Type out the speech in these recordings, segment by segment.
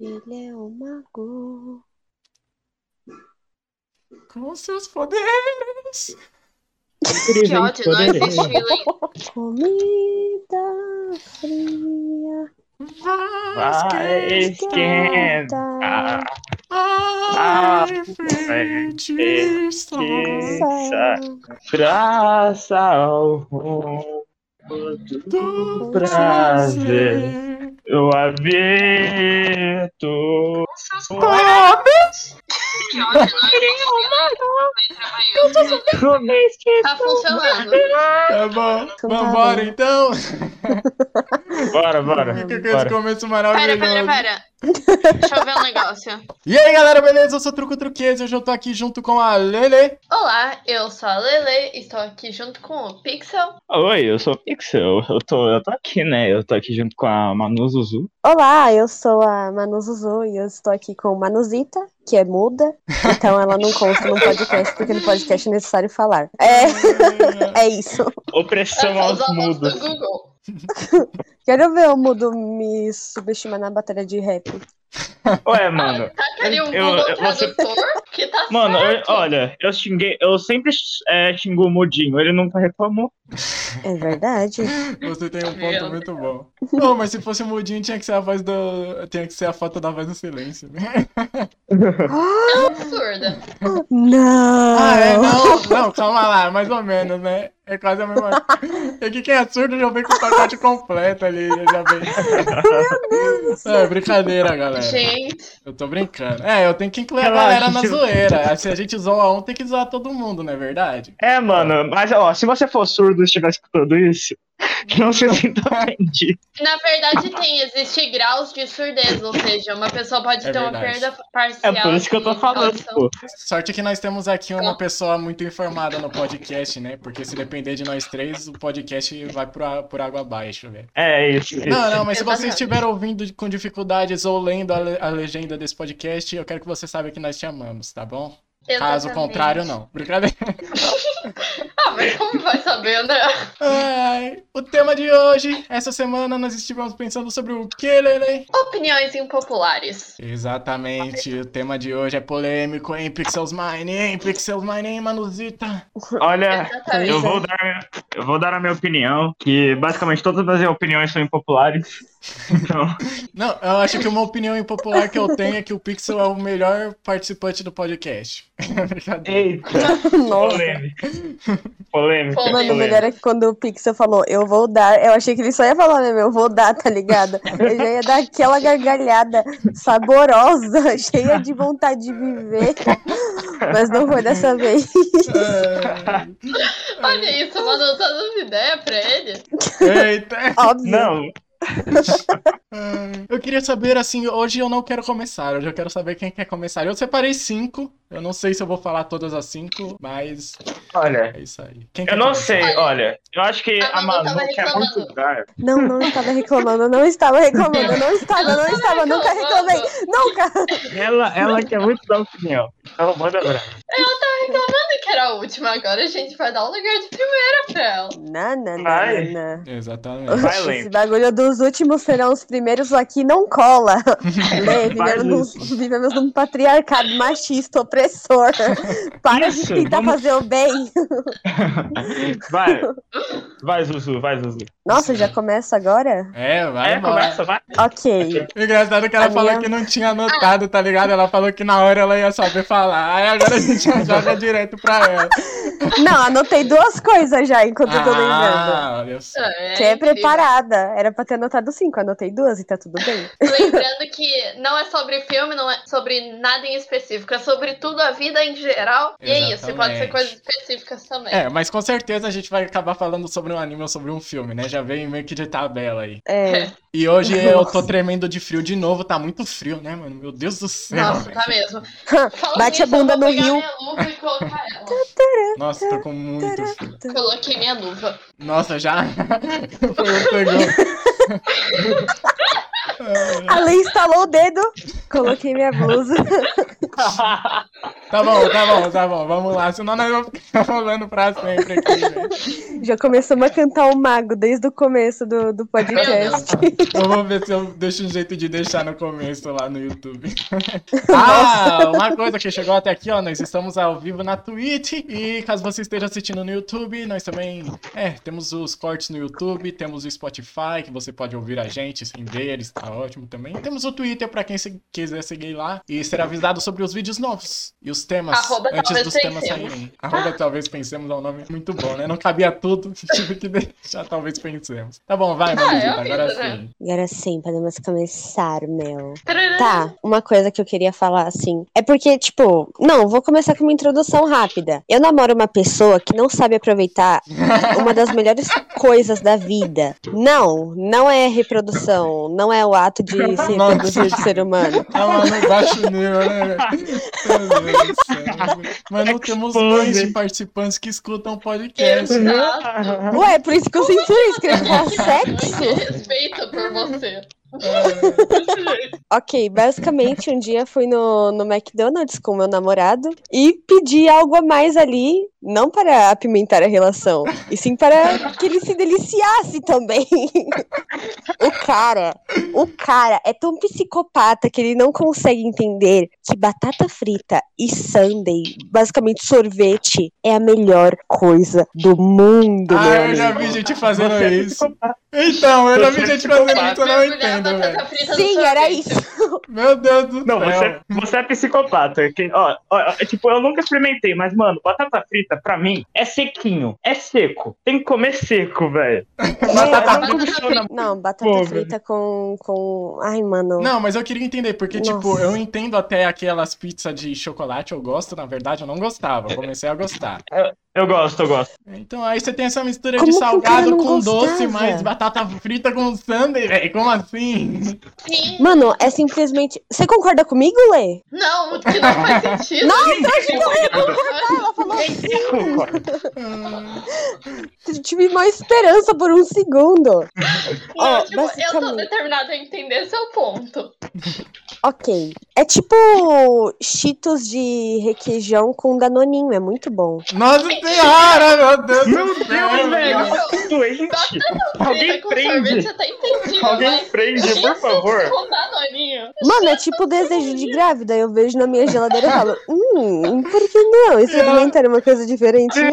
Ele é um mago. Com seus poderes. Que ódio, não existe vilão. Comida fria. Vai, Vai, esquenta. esquenta. Vai, esquenta. feitiço Praça ao rumo do prazer. Eu habito. Tá Que ódio, não existe vilão. Como é que Tá funcionando. Tá bom, vambora então. Bora, bora. Fica com esse bora. começo Pera, maravilhoso. pera, pera. Deixa eu ver um negócio. E aí galera, beleza? Eu sou o Truco Truquês. Hoje eu tô aqui junto com a Lele. Olá, eu sou a Lele, estou aqui junto com o Pixel. Oi, eu sou o Pixel. Eu tô, eu tô aqui, né? Eu tô aqui junto com a Manu Zuzu. Olá, eu sou a Manu Zuzu e eu estou aqui com Manuzita, que é muda, então ela não consta no podcast, porque no podcast é necessário falar. É, é isso. Opressão eu aos sou os alunos mudos. do Google. Quero ver o mudo me subestimar na batalha de rap. Ué, mano. Tá ali um Eu- Google eu- você- Tradutor que tá Mano, eu- certo. olha, eu xinguei, eu sempre é, xingo o Mudinho, ele nunca reclamou. É verdade. Você tem um ponto Meu muito bom. Não, mas se fosse mudinho tinha que ser a voz do. Tinha que ser a foto da voz no silêncio. né? Absurda. Não! Ah, é? Não, não, calma lá, mais ou menos, né? É quase a mesma coisa. É que quem é surdo já vem com o pacote completo ali, já vem. É, brincadeira, galera. Gente, Eu tô brincando. É, eu tenho que incluir a Relaxa, galera na gente. zoeira. Se a gente zoa um, tem que zoar todo mundo, não é verdade? É, mano, mas ó, se você for surdo e estiver escutando isso, não se sinta ofendido. na verdade tem, existe graus de surdez, ou seja, uma pessoa pode É ter uma verdade. perda parcial. É por isso que eu tô de falando, tipo, audição. pô. Sorte que nós temos aqui uma pessoa muito informada no podcast, né? Porque se depender de nós três, o podcast vai por, a- por água abaixo, velho. É isso. isso. Não, não, mas se vocês Exatamente. estiver ouvindo de- com dificuldades ou lendo a, le- a legenda desse podcast, eu quero que você saiba que nós te amamos, tá bom? Caso Exatamente. contrário, não. Brincadeira. Ah, mas como vai saber, André? Ai, o tema de hoje, essa semana nós estivemos pensando sobre o que, Lele? Opiniões impopulares. Exatamente, o tema de hoje é polêmico, hein, Pixels Mine, hein, Pixels Mine, hein, Manuzita? Olha, Exatamente. eu vou, dar, a minha- eu vou dar a minha opinião, que basicamente todas as minhas opiniões são impopulares. Então, Não, eu acho que uma opinião impopular que eu tenho é que o Pixel é o melhor participante do podcast. Brincadeira. eita, Nossa. polêmica. Polêmica. Mano, Mano, o polêmica. melhor é que quando o Pixel falou, eu vou dar, eu achei que ele só ia falar mesmo, eu vou dar, tá ligado? Ele já ia dar aquela gargalhada saborosa, cheia de vontade de viver. Mas não foi dessa vez. Ai, Olha isso, mano, tá dando ideia pra ele. Eita. Óbvio. Não, Eu queria saber, assim, hoje eu não quero começar, hoje eu quero saber quem quer começar. Eu separei cinco, eu não sei se eu vou falar todas as cinco, mas olha, é isso aí. Quem quer eu não começar? sei, olha, eu acho que A a Manu Manu tava quer muito reclamando. dar. Não, não estava reclamando, não estava reclamando, não estava, não estava, nunca reclamei, nunca. Ela, ela quer muito dar opinião. Ela manda abraço. Não que era a última, agora a gente vai dar o lugar de primeira pra ela. Não, não, não, Vai. não, não. Exatamente. Vai, Esse lento. bagulho dos últimos serão os primeiros aqui, não cola. Lê, Vai, vivemos, num, vivemos num patriarcado machista, opressor. Para de Isso, tentar vamos- fazer o bem. Vai. Vai, Zuzu, vai, Zuzu. Nossa, já começa agora? É, vai, É, embora. começa, vai. Ok. Engraçado é que ela A falou minha- que não tinha anotado, tá ligado? Ela falou que na hora ela ia saber falar. Aí agora a gente já joga direto pra ela. Não, anotei duas coisas já enquanto eu tô lembrando. Ah, olha só. É, Você é incrível. preparada. Era pra ter anotado cinco, anotei duas e tá tudo bem. Lembrando que não é sobre filme, não é sobre nada em específico, é sobre tudo, a vida em geral. E é isso, e pode ser Exatamente. coisas específicas também. É, mas com certeza a gente vai acabar falando sobre um anime ou sobre um filme, né? Já vem meio que de tabela aí. É. E hoje eu tô Nossa. tremendo de frio de novo, tá muito frio, né, mano? Meu Deus do céu. Nossa, tá mesmo. Falando Bate a nisso, eu bunda vou no pegar rio. minha luva e colocar ela. Nossa, tô com muito frio. Tá. Coloquei minha luva. Nossa, já. Foi um pegão. A Lei instalou o dedo, coloquei minha blusa. Tá bom, tá bom, tá bom. Vamos lá, senão nós vamos ficar rolando pra sempre aqui, velho. Já começamos a cantar o mago desde o começo do, do podcast. Eu vou Então ver se eu deixo um jeito de deixar no começo lá no YouTube. ah, uma coisa que chegou até aqui, ó. Nós estamos ao vivo na Twitch. E caso você esteja assistindo no YouTube, nós também é, temos os cortes no YouTube, temos o Spotify, que você pode ouvir a gente, sem deles, tá ótimo também. Temos o Twitter pra quem se- quiser seguir lá e ser avisado sobre os vídeos novos e os temas Arroba antes talvez dos temas pensemos. saírem. Arroba talvez pensemos é um nome muito bom, né? Não cabia tudo, tive que deixar talvez pensemos. Tá bom, vai, Ah, é Manuzita, a agora vida, né? sim. E era assim, podemos começar, meu. Tcharam. Tá, uma coisa que eu queria falar, assim. É porque, tipo, não, vou começar com uma introdução rápida. Eu namoro uma pessoa que não sabe aproveitar uma das melhores coisas da vida. Não, não é reprodução, não é o ato de se Nossa. reproduzir do ser humano. Ah, mano, baixo nível, né? velho? Meu Deus do céu. Mas não temos dois de participantes que escutam podcast. Exato. Ué, é por isso que eu censurei, escrevi lá sexo. Respeito por você. Ah, Ok, basicamente um dia fui no, no McDonald's com meu namorado e pedi algo a mais ali, não para apimentar a relação, e sim para que ele se deliciasse também. o cara, o cara é tão psicopata que ele não consegue entender que batata frita e sundae, basicamente sorvete, é a melhor coisa do mundo, Ah, meu eu já amigo. vi gente fazendo Você é isso. Então, eu já vi gente fazendo isso, eu não Mergulhar entendo, batata velho. frita no Sim, era sorvete. isso. Meu Deus do Não, você, céu. você é psicopata. Que, ó, ó, é tipo, eu nunca experimentei, mas, mano, batata frita, pra mim, é sequinho. É seco. Tem que comer seco, velho. Batata Não frita. funciona. Não, batata Pô, velho. frita com, com. Ai, mano. Não, mas eu queria entender, porque, tipo, Nossa. eu entendo até aquelas pizzas de chocolate, eu gosto, na verdade, eu não gostava, eu comecei a gostar. Eu gosto, eu gosto. Então aí você tem essa mistura Como de que o cara salgado não com gostava? doce, mais batata frita com sundae, velho, como assim? Sim. Mano, é simplesmente. Você concorda comigo, Lê? Não, que não faz sentido. Não, Ela falou. Desculpa. Hum, Eu tive maior esperança por um segundo. Ó, tipo, eu tô basicamente. determinada determinada a entender seu ponto. Ok. É tipo cheetos de requeijão com danoninho. É muito bom. Nossa senhora, meu Deus Meu do céu, Deus, velho. velho. eu tô Doente. Alguém com sorvete é prende. até entendi, Alguém mas prende, por isso favor. com danoninho. Mano, é tipo desejo de grávida. Eu vejo na minha geladeira e falo: Hum, por que não? Experimentar uma coisa diferente E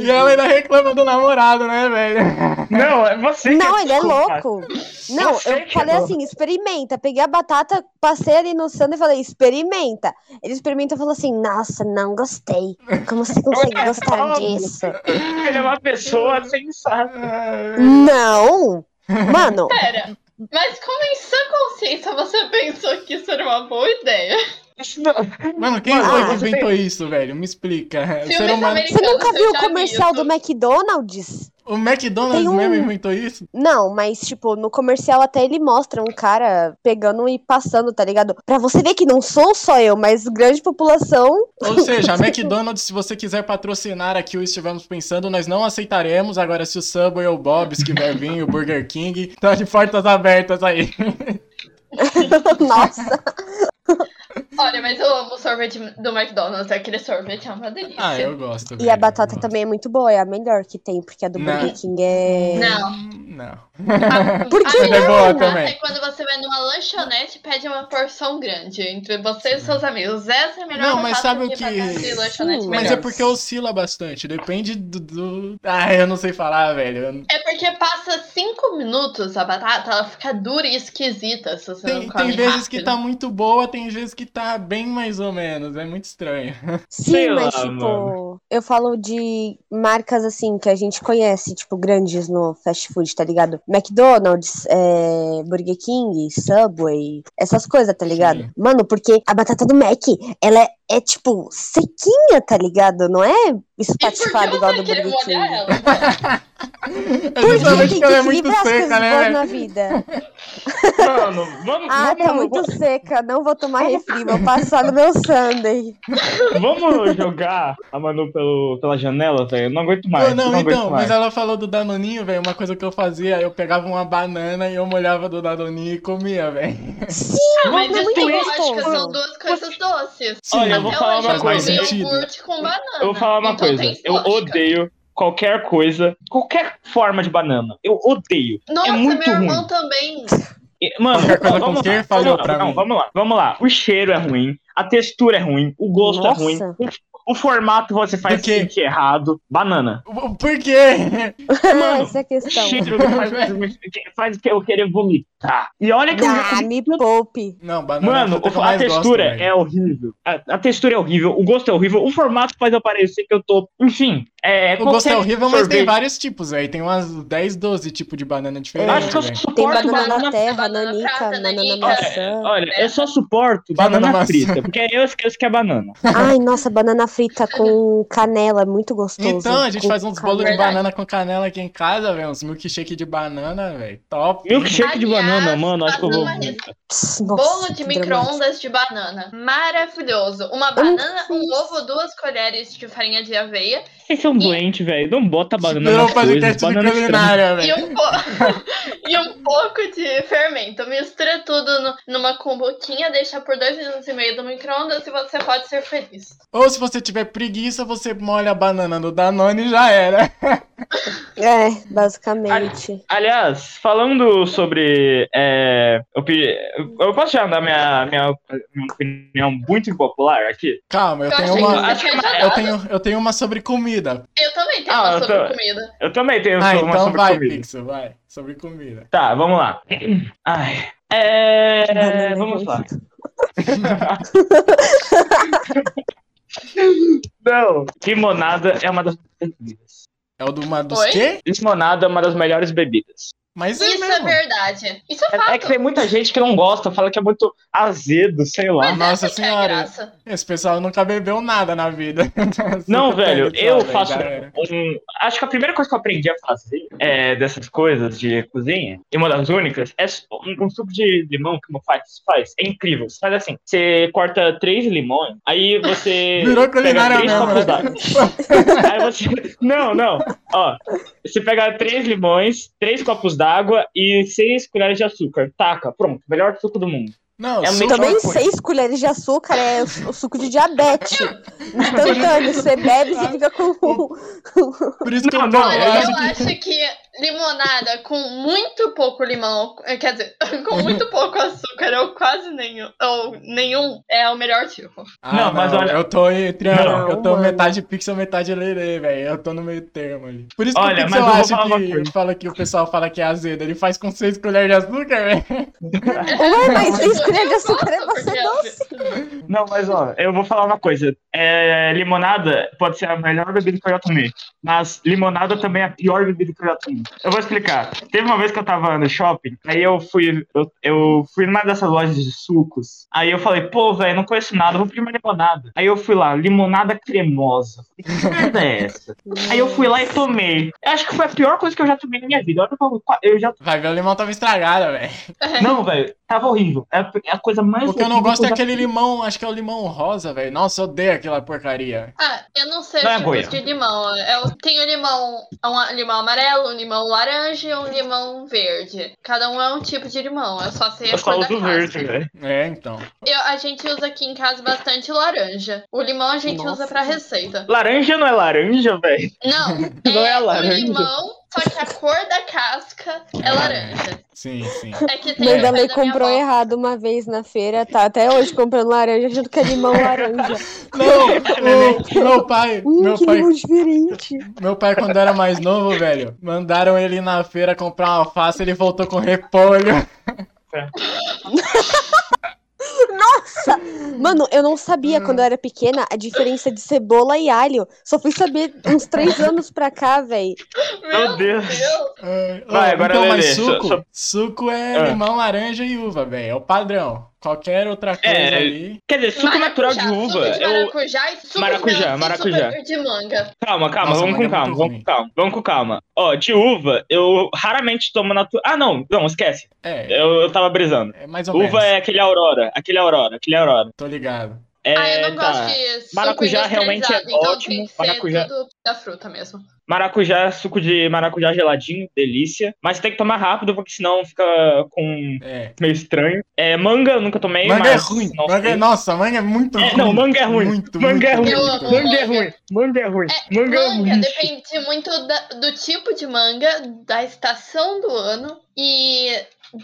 hoje. ela ainda reclama do namorado, né, velho? Não, é você que Não, ele é psicopata. louco. Não, Eu sei eu que falei é assim, experimenta. Peguei a batata, passei ali no sanduíche e falei, experimenta. Ele experimenta e falou assim, nossa, não gostei. Como você consegue gostar óbvio. disso? Ele é uma pessoa sensata. Não! Mano, Pera, mas como em sã consciência você pensou que isso era uma boa ideia? Isso não- Mano, quem Mano, foi que você inventou isso, velho? Me explica. O Filmes É um Ser humano... você Então, nunca você viu o já comercial viu. do McDonald's? O McDonald's Tem um- mesmo inventou isso? Não, mas, tipo, no comercial até ele mostra um cara pegando e passando, tá ligado? Pra você ver que não sou só eu, mas grande população. Ou seja, a McDonald's, se você quiser patrocinar aqui o Estivemos Pensando, nós não aceitaremos. Agora, se o Subway ou o Bob's quiser vir, o Burger King, tá de portas abertas aí. Nossa. Olha, mas eu amo o sorvete do McDonald's, aquele sorvete é uma delícia. Ah, eu gosto. E a velho, batata eu gosto. também é muito boa, é a melhor que tem, porque a do Não. Burger King é. Não. Não. Por que Ah, não? É boa não, também. É quando você vai numa lanchonete e pede uma porção grande entre você e seus amigos. Essa é a melhor Não, mas batata sabe o que que- batata de lanchonete Sim, Mas melhor. é porque oscila bastante. Depende do. do- Ah, eu não sei falar, velho. Eu- É porque passa cinco minutos a batata, ela fica dura e esquisita se você Tem, não tem come vezes que Então, rápido. tá muito boa, tem vezes que tá bem mais ou menos. É muito estranho. Sim, Sei mas lá, tipo, mano. eu falo de marcas assim que a gente conhece, tipo, grandes no fast food, tá ligado? McDonald's, é, Burger King, Subway, essas coisas, tá ligado? Sim. Mano, porque a batata do Mac, ela é, é, tipo sequinha, tá ligado? Não é E por que espatifada você igual a vai do querer Burger King. molhar ela? É Por que justamente tem porque que ela é muito equilibrar as seca, coisas né? boas velho? é na vida? Mano, vamos, Ah, tá vamos, muito seca, não vou tomar refri, vou passar no meu sundae. vamos jogar a Manu pelo, pela janela, velho. Eu não aguento mais. Não, não, aguento então, mais. mas ela falou do Danoninho, velho. Uma coisa que eu fazia, eu pegava uma banana e eu molhava do Danoninho e comia, velho. Sim, Ah, mas assim, mano, é isso muito tem lógica, gostoso. são duas coisas doces. Sim, Olha, eu vou Até falar hoje uma eu coisa. comi Sentido. iogurte com banana. Eu vou falar uma Então coisa. tem Eu lógica. odeio qualquer coisa, qualquer forma de banana. Eu odeio. Nossa, é muito meu irmão ruim. também. E- Mano, Qualquer coisa vamos com lá, que falhou vamos lá, pra não, mim. Vamos lá, vamos lá. O cheiro é ruim, a textura é ruim, o gosto Nossa. é ruim, o, o formato você faz Do quê? clique errado. Banana. Por quê? Mano, Essa é a Então. O questão. cheiro me faz, faz eu querer vomitar. E olha que eu já Ah, me poupe. Não, banana é Mano, fruta que eu a mais textura gosto, velho. é horrível. A, a textura é horrível, o gosto é horrível, o formato faz eu parecer que eu tô. Enfim, é. O gosto é qualquer horrível, mas tem sorvete. vários tipos aí. Tem umas 10, 12 tipos de banana Eu acho diferentes. que eu velho. só Tem suporto É, banana, banana- na terra, banana Então, nanica, prata, banana nanica. maçã. Olha, eu só suporto Banana banana, maçã. frita, porque aí eu esqueço que é banana. Ai, nossa, banana frita com canela, é muito gostoso. Então, a gente Com faz uns bolos de Verdade. banana com canela aqui em casa, velho. Uns milkshake de banana, velho. Top. Milkshake de Aliás, banana, mano, acho que eu vou. banana Pss, Bolo nossa, de que dramático. micro-ondas de banana. Maravilhoso. Uma nunca banana, fiz. um ovo, duas colheres de farinha de aveia Vocês são doentes, velho. Não bota banana Virou nas coisas. podcast de Banana estranha. culinária, e velho. um, po... e um pouco de fermento. Mistura tudo no- numa cumbuquinha, deixa por dois minutos e meio no micro-ondas e você pode ser feliz. Ou se você tiver preguiça, você molha a banana no Danone e já era. É, basicamente. Aliás, falando sobre. é, opi- eu posso já dar minha, minha, minha opinião muito impopular aqui? Calma, eu Eu tenho uma. achei que você tinha Eu já dado. tenho, eu tenho uma sobre comida. Eu também tenho Ah, uma eu sobre tô- comida. Eu também tenho Ah, uma então sobre vai, comida. Pixel, vai. Sobre comida. Tá, vamos lá. Ai. É, Banana vamos ruim. lá. Não, limonada é uma das bebidas. É o do uma dos Oi? quê? Limonada é uma das melhores bebidas. Mas é Isso é mesmo. verdade. Isso é fato. É, é que tem muita gente que não gosta, fala que é muito azedo, sei lá. Mas Nossa essa que é a senhora. graça. Esse pessoal nunca bebeu nada na vida. Então, é Não, Super velho, pele só, eu velho, faço. já era. um- acho que a primeira coisa que eu aprendi a fazer é, dessas coisas de cozinha, e uma das únicas, é su- um, um suco de limão que o meu pai faz. É incrível. Você faz assim: você corta três limões, aí você. Virou pega culinária três mesmo, né? copos d'água. Aí você. Não, não. Ó, você pega três limões, três copos d'água e seis colheres de açúcar. Taca, pronto. Melhor suco do mundo. Não, É super- melhor Também coisa. seis colheres de açúcar é o su- o suco de diabetes. Instantâneo, você bebe, você fica com... um, por isso que Não, eu não, eu Olha, acho eu acho que limonada com muito pouco limão, eh, quer dizer, com muito pouco açúcar ou quase nenhum, ou nenhum é o melhor tipo. Ah, Não, mas olha- eu tô entre Não, eu tô mano. metade pixel, metade lerê, velho. Eu tô no meio termo ali. Por isso que Olha, o mas pixel eu vou acha falar uma que coisa. fala que o pessoal fala que é azedo. Ele faz com seis colheres de açúcar, velho. Ué, mas um seis Eu colheres de gosto, açúcar é porque assim. bastante. Não, mas ó, eu vou falar uma coisa. É, limonada pode ser a melhor bebida que eu já tomei, mas limonada também é a pior bebida que eu já tomei. Eu vou explicar. Teve uma vez que eu tava no shopping, aí eu fui, eu, eu fui numa dessas lojas de sucos. Aí eu falei, pô, velho, não conheço nada, vou pedir uma limonada. Aí eu fui lá, limonada cremosa. Falei, Que merda é essa? Aí eu fui lá e tomei. Eu acho que foi a pior coisa que eu já tomei na minha vida. Olha, eu tava- eu já. Vai ver, o limão tava estragado, velho. Não, velho, tava horrível. É a- é a coisa mais. O que eu não horrível gosto é eu já aquele comi. limão, acho que é o limão rosa, velho. Nossa, eu odeio aquela porcaria. Ah, eu não sei Não é os tipos goiaba. de limão. é, Eu tenho limão, um limão amarelo, um limão laranja e um limão verde. Cada um é um tipo de limão. Eu só sei a Eu só cor da uso casca. verde, velho. É, então. Eu- a gente usa aqui em casa bastante laranja. O limão a gente Nossa. usa pra receita. Laranja não é laranja, velho. Não, Não é é, o laranja. limão, só que a cor da casca é laranja. Sim, sim. É que tem a Merda, cor Mandalei da minha comprou avó. errado uma vez na feira, tá até hoje comprando laranja junto com limão laranja. Não, o, meu pai, Hum, meu que pai limão diferente. Meu pai, quando era mais novo, velho, mandaram ele ir na feira comprar uma alface, ele voltou com repolho. Mano, eu não sabia quando eu era pequena a diferença de cebola e alho. Só fui saber uns três anos pra cá, véi. Meu Deus. Ai, Vai, ô, agora então, Lelê, mas só- suco, só- suco é Ah. limão, laranja e uva, velho, é o padrão. Qualquer outra coisa É. ali. Quer dizer, suco natural de uva. é Suco é- de Eu... maracujá e suco Maracujá, de melancia e maracujá. suco de manga. Calma, calma, Nossa, vamos mas é com calma, muito vamos ruim. com calma, vamos com calma. Ó, de uva, eu raramente tomo natural. Ah, não, não, esquece. É, Eu, eu tava brisando. é mais ou menos. Uva é aquele Aurora, aquele Aurora, aquele Aurora. Tô ligado. É, ah, eu não tá. gosto de suco Maracujá realmente é industrializado, então ótimo, tem que ser maracujá. tudo da fruta mesmo. Maracujá, suco de maracujá geladinho, delícia. Mas tem que tomar rápido, porque senão fica com É. meio estranho. É, manga, eu nunca tomei. Manga mas é ruim. não Manga, sei. nossa, manga é muito ruim. É, não, manga é ruim. Muito, manga é muito, ruim. Eu muito. amo. Manga é ruim. Manga é ruim. Manga é Manga ruim. depende muito da- do tipo de manga, da estação do ano e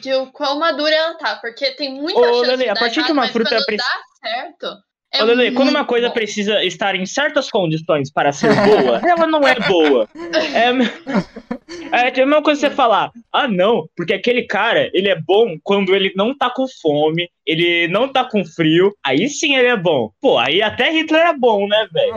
de o quão madura ela tá, porque tem muita Ô, chance Lele, de a dar partir errado, que uma mas fruta quando pre- dá certo, é Ô, Lele, quando uma muito coisa bom. precisa estar em certas condições para ser boa, ela não é boa. É, é a mesma coisa que você falar, ah não, porque aquele cara, ele é bom quando ele não tá com fome, ele não tá com frio, aí sim ele é bom. Pô, aí até Hitler é bom, né, velho?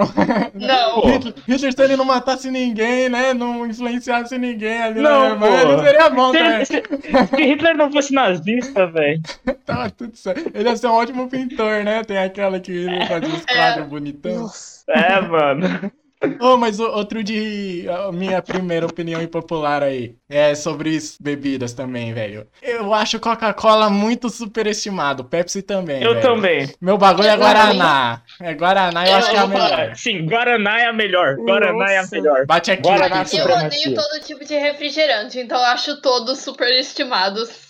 Não. Pô. Hitler, Hitler, se ele não matasse ninguém, né? Não influenciasse ninguém ali Não, na Alemanha, pô. não seria bom né? também. Se, se- se Hitler não fosse nazista, velho. Tava Tá tudo certo. Ele ia ser um ótimo pintor, né? Tem aquela que ele fazia os quadros bonitão. Nossa. É, mano. Oh, mas o- outro de. a Minha primeira opinião impopular aí. É sobre as bebidas também, velho. Eu acho Coca-Cola muito superestimado. Pepsi também. Eu velho. também. Meu bagulho é Eu também. Guaraná. É Guaraná, eu acho que é a vou falar, melhor. Sim, Guaraná é a melhor. Guaraná é a Nossa. melhor. Bate aqui, Guaraná Pizza. Eu Supremacia. odeio todo tipo de refrigerante, então eu acho todos superestimados.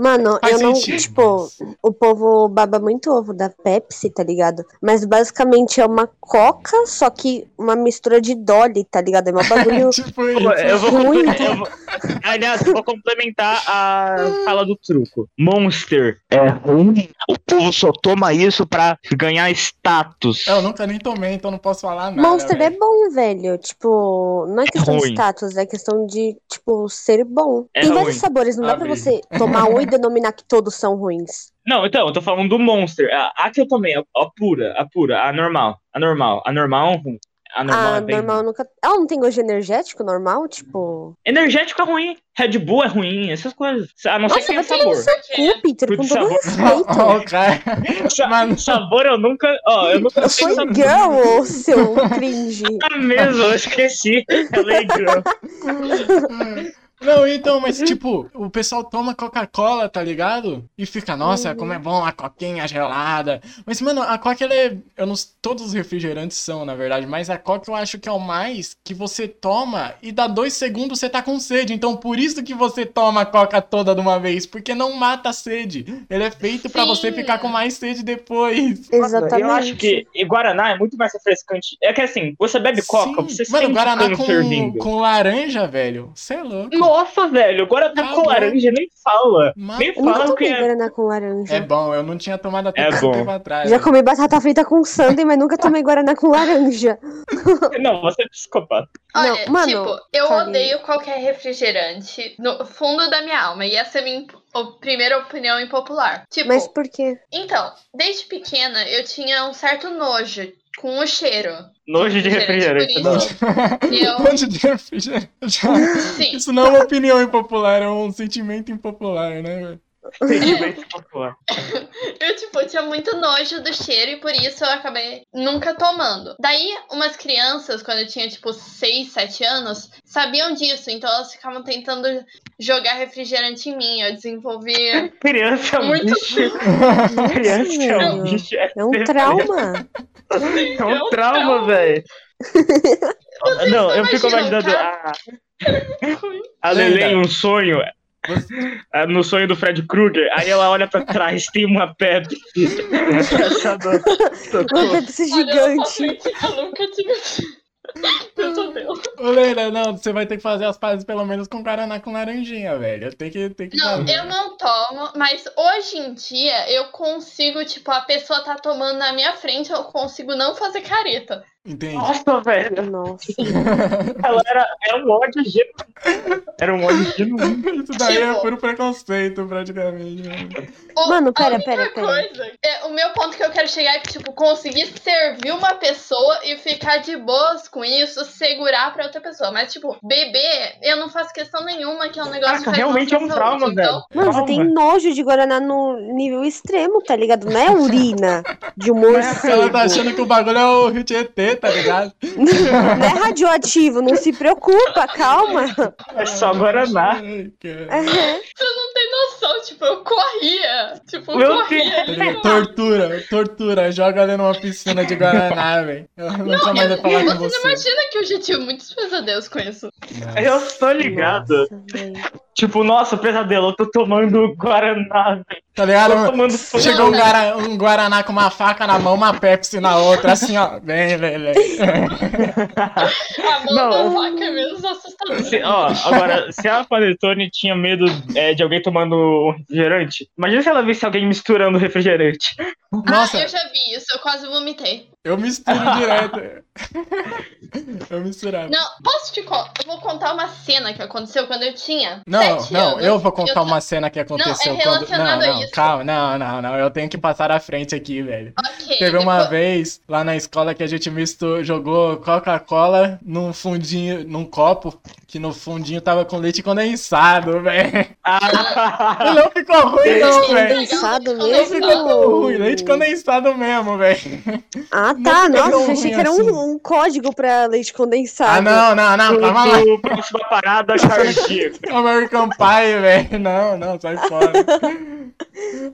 Mano, Faz eu não, sentido, tipo, o povo baba muito ovo da Pepsi, tá ligado? Mas basicamente é uma coca, só que uma mistura de Dolly, tá ligado? É um bagulho Tipo Pô, Eu isso. vou, Muito. eu vou- aliás, eu vou complementar a fala do truco. Monster é ruim. O povo só toma isso pra ganhar status. Eu nunca nem tomei, então não posso falar nada. Monster é velho. bom, velho. Tipo, não é questão de ruim. status, é questão de, tipo, ser bom. É Tem ruim. vários sabores, não dá pra Abre. você tomar um e denominar que todos são ruins. Não, então, eu tô falando do Monster. A, a que eu tomei, a, a pura, a pura, a normal. A normal. A normal é ruim. A normal ah, é bem normal ruim. nunca. Ela não tem gosto de energético normal? Tipo. Energético é ruim. Red Bull é ruim. Essas coisas. A não ser Nossa, que tenha vai tomar no sabor. seu É. cu, Peter, com Tudo todo sabor. Ó, respeito. o cara. Sa- Mano. Sabor eu nunca. Ó, eu nunca Eu sei sou girl, ô, seu cringe. Ah, mesmo, eu esqueci. Ela é girl. Não, então, mas tipo, o pessoal toma Coca-Cola, tá ligado? E fica, nossa, Uhum. como é bom a coquinha gelada. Mas, mano, a Coca, ela é. Eu não, todos os refrigerantes são, na verdade, mas a Coca eu acho que é o mais que você toma e dá dois segundos você tá com sede. Então, por isso que você toma a Coca toda de uma vez, porque não mata a sede. Ele é feito pra Sim. você ficar com mais sede depois. Exatamente. Eu acho que e Guaraná é muito mais refrescante. É que assim, você bebe coca, Sim. você Mano, sente Guaraná câncer com, vindo. com laranja, velho. Cê é louco. Nossa, velho, Guaraná Tá com bom. laranja nem fala. Mas- Nem Eu nunca fala que tomei é. guaraná com laranja. É bom, eu não tinha tomado até É pouco bom. tempo atrás. né? Já comi batata frita com sundae, mas nunca tomei guaraná com laranja. Não, você é psicopata. Olha, Não, mano, tipo, eu sabe- odeio qualquer refrigerante no fundo da minha alma. E essa é a minha imp- o- primeira opinião impopular. Tipo, Mas por quê? então, desde pequena eu tinha um certo nojo com o cheiro. Nojo de refrigerante. por Não. isso. E eu, Um Monte de refrigerante. sim, Isso não é uma opinião impopular, é um sentimento impopular, né? velho? Sentimento popular. Eu, tipo, tinha muito nojo do cheiro e por isso eu acabei nunca tomando. Daí, umas crianças, quando eu tinha, tipo, 6, 7 anos, sabiam disso. Então, elas ficavam tentando jogar refrigerante em mim. Eu desenvolvi... Criança é um Muito bicho. Criança é um velho. bicho. É É um trauma. é É um um trauma, trauma. velho. Não, eu não fico imaginam, imaginando. ah, a- A Lele em um sonho. ah, No sonho do Fred Krueger, aí ela olha pra trás, tem uma Pepsi. Essa dor. Uma Pepsi Olha, eu só é gigante. sei que eu nunca tive... Pesadelo. Ô, Leila, não, você vai ter que fazer as pazes pelo menos com Guaraná com laranjinha, velho. Tem que, tem que Não, fazer. eu não tomo, mas hoje em dia eu consigo, tipo, a pessoa tá tomando na minha frente, eu consigo não fazer careta. Entendi. Nossa, velho. Nossa. Ela era, era um ódio genuíno. Era um ódio genuíno. Isso daí é Tipo- puro preconceito, praticamente. né? O- Mano, pera, a pera, única pera. coisa- é, o meu ponto que eu quero chegar é que, tipo, conseguir servir uma pessoa e ficar de boas com isso, segurar pra outra pessoa. Mas, tipo, beber, eu não faço questão nenhuma que é um negócio Caraca, que faz realmente é mal um pra trauma, saúde, então- velho. Mano, você Trauma. tem nojo de Guaraná no nível extremo, tá ligado? Não é urina de um é Ela tá morcego. achando que o bagulho é o Rio Tietê, tá ligado? Não é radioativo, não se preocupa, calma. É só Guaraná. Ai, É cara. Aham. Tem noção, tipo, eu corria. Tipo, eu Meu corria. Tá ligado? Tortura, tortura. Joga ali numa piscina de Guaraná, velho. Ela nunca mais vai falar com Você não você. imagina que eu já tive muitos pesadelos com isso. Eu tô ligado. Nossa, velho. Tipo, nossa, pesadelo, eu tô tomando Guaraná. velho. Tá ligado? Tô tomando Chegou um, guara- um Guaraná com uma faca na mão, uma Pepsi na outra, assim, ó. Vem, vem, vem. A mão Não. da faca é menos assustadora. Se- ó, agora, se a Panetone tinha medo é, de alguém tomando um refrigerante, imagina se ela visse alguém misturando refrigerante. Nossa, Ah, eu já vi isso, eu quase vomitei. eu misturo direto. Eu misturava. Não, posso te contar? Eu vou contar uma cena que aconteceu quando eu tinha. Não, sete não, anos. eu vou contar tava- uma cena que aconteceu Não, é quando. Não, relacionado a não, isso. calma, não, não, não. Eu tenho que passar à frente aqui, velho. Ok, Teve uma depois- vez lá na escola que a gente misto jogou Coca-Cola num fundinho, num copo, que no fundinho tava com leite condensado, velho. E Ah, não ficou ruim, não, velho. Condensado Não Leite ficou ruim, leite mesmo. condensado mesmo, velho. Ah, tá. Não pegou Nossa, achei ruim que era assim. um, um código pra leite condensado. Ah, não, não, não, calma lá. tudo próxima parada cardíaca. American Pie, velho. Não, não, sai fora.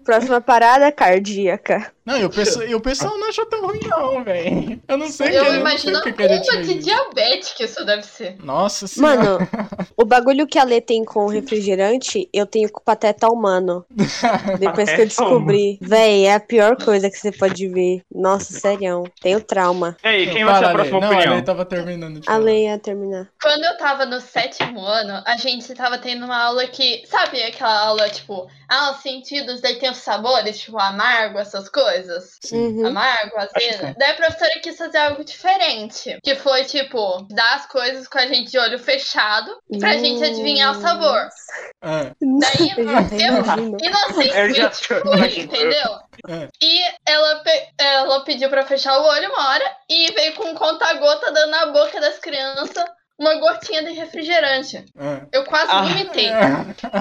Próxima parada cardíaca. Não, e o, pessoal, e o pessoal não achou tão ruim, não, velho. Eu não sei que- Eu não imagino sei o é a que, que a gente bomba de fez. diabetes que isso deve ser. Nossa senhora. Mano, o bagulho que a Lê tem com o refrigerante, eu tenho com pateta humano. Depois que Pateta eu descobri. Véi, é a pior coisa que você pode ver. Nossa, serião. Tenho trauma. E aí, quem vai ser Fala, a Ale. próxima Não, a opinião? Ale tava terminando de A falar. Lê ia terminar. Quando eu tava no sétimo ano, a gente tava tendo uma aula que. Sabe aquela aula, tipo, ah, os sentidos, daí tem os sabores, tipo, amargo, essas coisas? Sim. Uhum. Amargo, azedo. Daí a professora quis fazer algo diferente. Que foi, tipo, dar as coisas com a gente de olho fechado pra gente adivinhar o sabor. Ah, Daí, Eu já até eu- imagino. Eu É, já Inocente, fui, entendeu? É. E ela, pe- ela pediu pra fechar o olho uma hora e veio com um conta-gota dando na boca das crianças uma gotinha de refrigerante. ah. Eu quase Ah. vomitei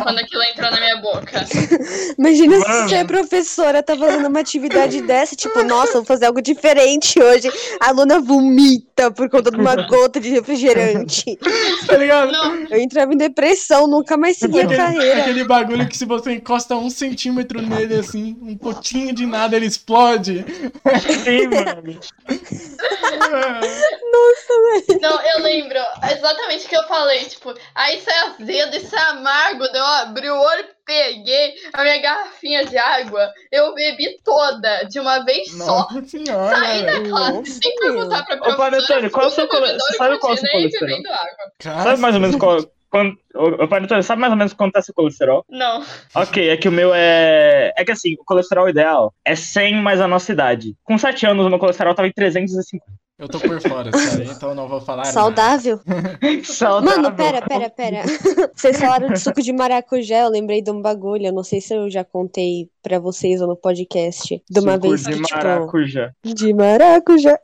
quando aquilo entrou na minha boca. Imagina Mano. se você é professora, tá fazendo uma atividade dessa, tipo, nossa, vou fazer algo diferente hoje. A aluna vomita por conta de uma gota de refrigerante. Tá ligado? Tipo, Não, Eu entrava em depressão, nunca mais segui a Aquele, carreira. aquele bagulho que se você encosta um centímetro nele assim, um pouquinho de nada, ele explode. Sim, mano. Ah, não, eu lembro exatamente o que eu falei, tipo, ah, isso é azedo, isso é amargo. Daí Eu abri o olho, peguei a minha garrafinha de água, eu bebi toda, de uma vez só. Nossa senhora, Saí da velho. classe, sem perguntar pra Ô, professora. Panetone, qual é o seu fui no cole- bebedouro, sabe qual é o seu continuei colesterol? bebendo água. Sabe mais ou menos qual. quando- Ô, ô, Panetone, sabe mais ou menos quanto tá seu colesterol? Não. Ok, é que o meu é. É que assim, o colesterol ideal é 100 mais a nossa idade. Com 7 anos, o meu colesterol tava em 350. Eu tô por fora, cara, então não vou falar. nada. Saudável. Saudável. Mano, pera, pera, pera. Vocês falaram de suco de maracujá, eu lembrei de um bagulho. Eu não sei se eu já contei pra vocês ou no podcast. De uma Suco vez de que, tipo. maracujá. De maracujá.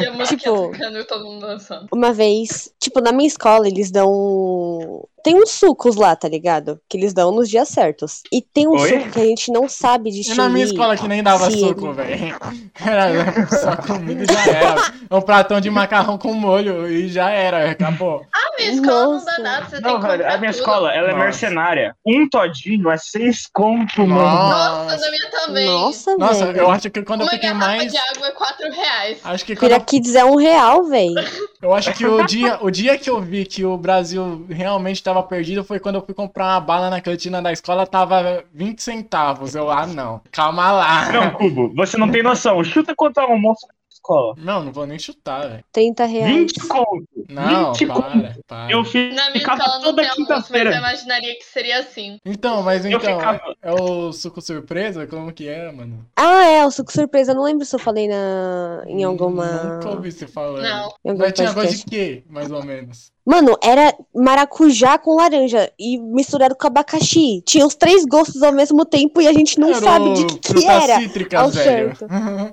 E a música tá Tipo- tocando e todo mundo dançando. Uma vez, tipo, na minha escola eles dão. Tem uns sucos lá, tá ligado? Que eles dão nos dias certos. E tem um Oi? suco que a gente não sabe E distinguir. É na minha escola que nem dava Sim. suco, velho. Era só comida e já era. Um pratão de macarrão com molho e já era, acabou. A minha escola não Nossa. dá nada, você tem Não, que velho, comprar a minha tudo. escola, ela é Nossa. mercenária. Um todinho é 6 conto, mano. Nossa, Nossa, na minha também. Nossa, Nossa velho. eu acho que quando eu Uma fiquei garrafa mais. de água é 4 reais. Acho que quando eu Pira Kids é um real, velho. Eu acho que o dia, o dia que eu vi que o Brasil realmente tava perdido foi quando eu fui comprar uma bala na cantina da escola, tava 20 centavos. Eu, ah, não. Calma lá. Não, Cubo, você não tem noção. Chuta quanto é um almoço na escola. Não, não vou nem chutar, velho. 30 É. reais. 20 conto. Não, 20 para, para. um. Eu fi- Na minha ficava escola não tem toda almoço, mas é eu quinta-feira. imaginaria que seria assim. Então, mas Eu então, ficava- é o suco surpresa? Como que é, mano? Hum, Ah, é, o suco surpresa. Eu não lembro se eu falei na... em alguma. Nunca ouvi você falando. Não. Em algum Mas tinha podcast. gosto de quê, mais ou menos? Mano, era maracujá com laranja e misturado com abacaxi. Tinha os três gostos ao mesmo tempo e a gente não Era um sabe o de que, que fruta era. cítrica, ao velho. certo.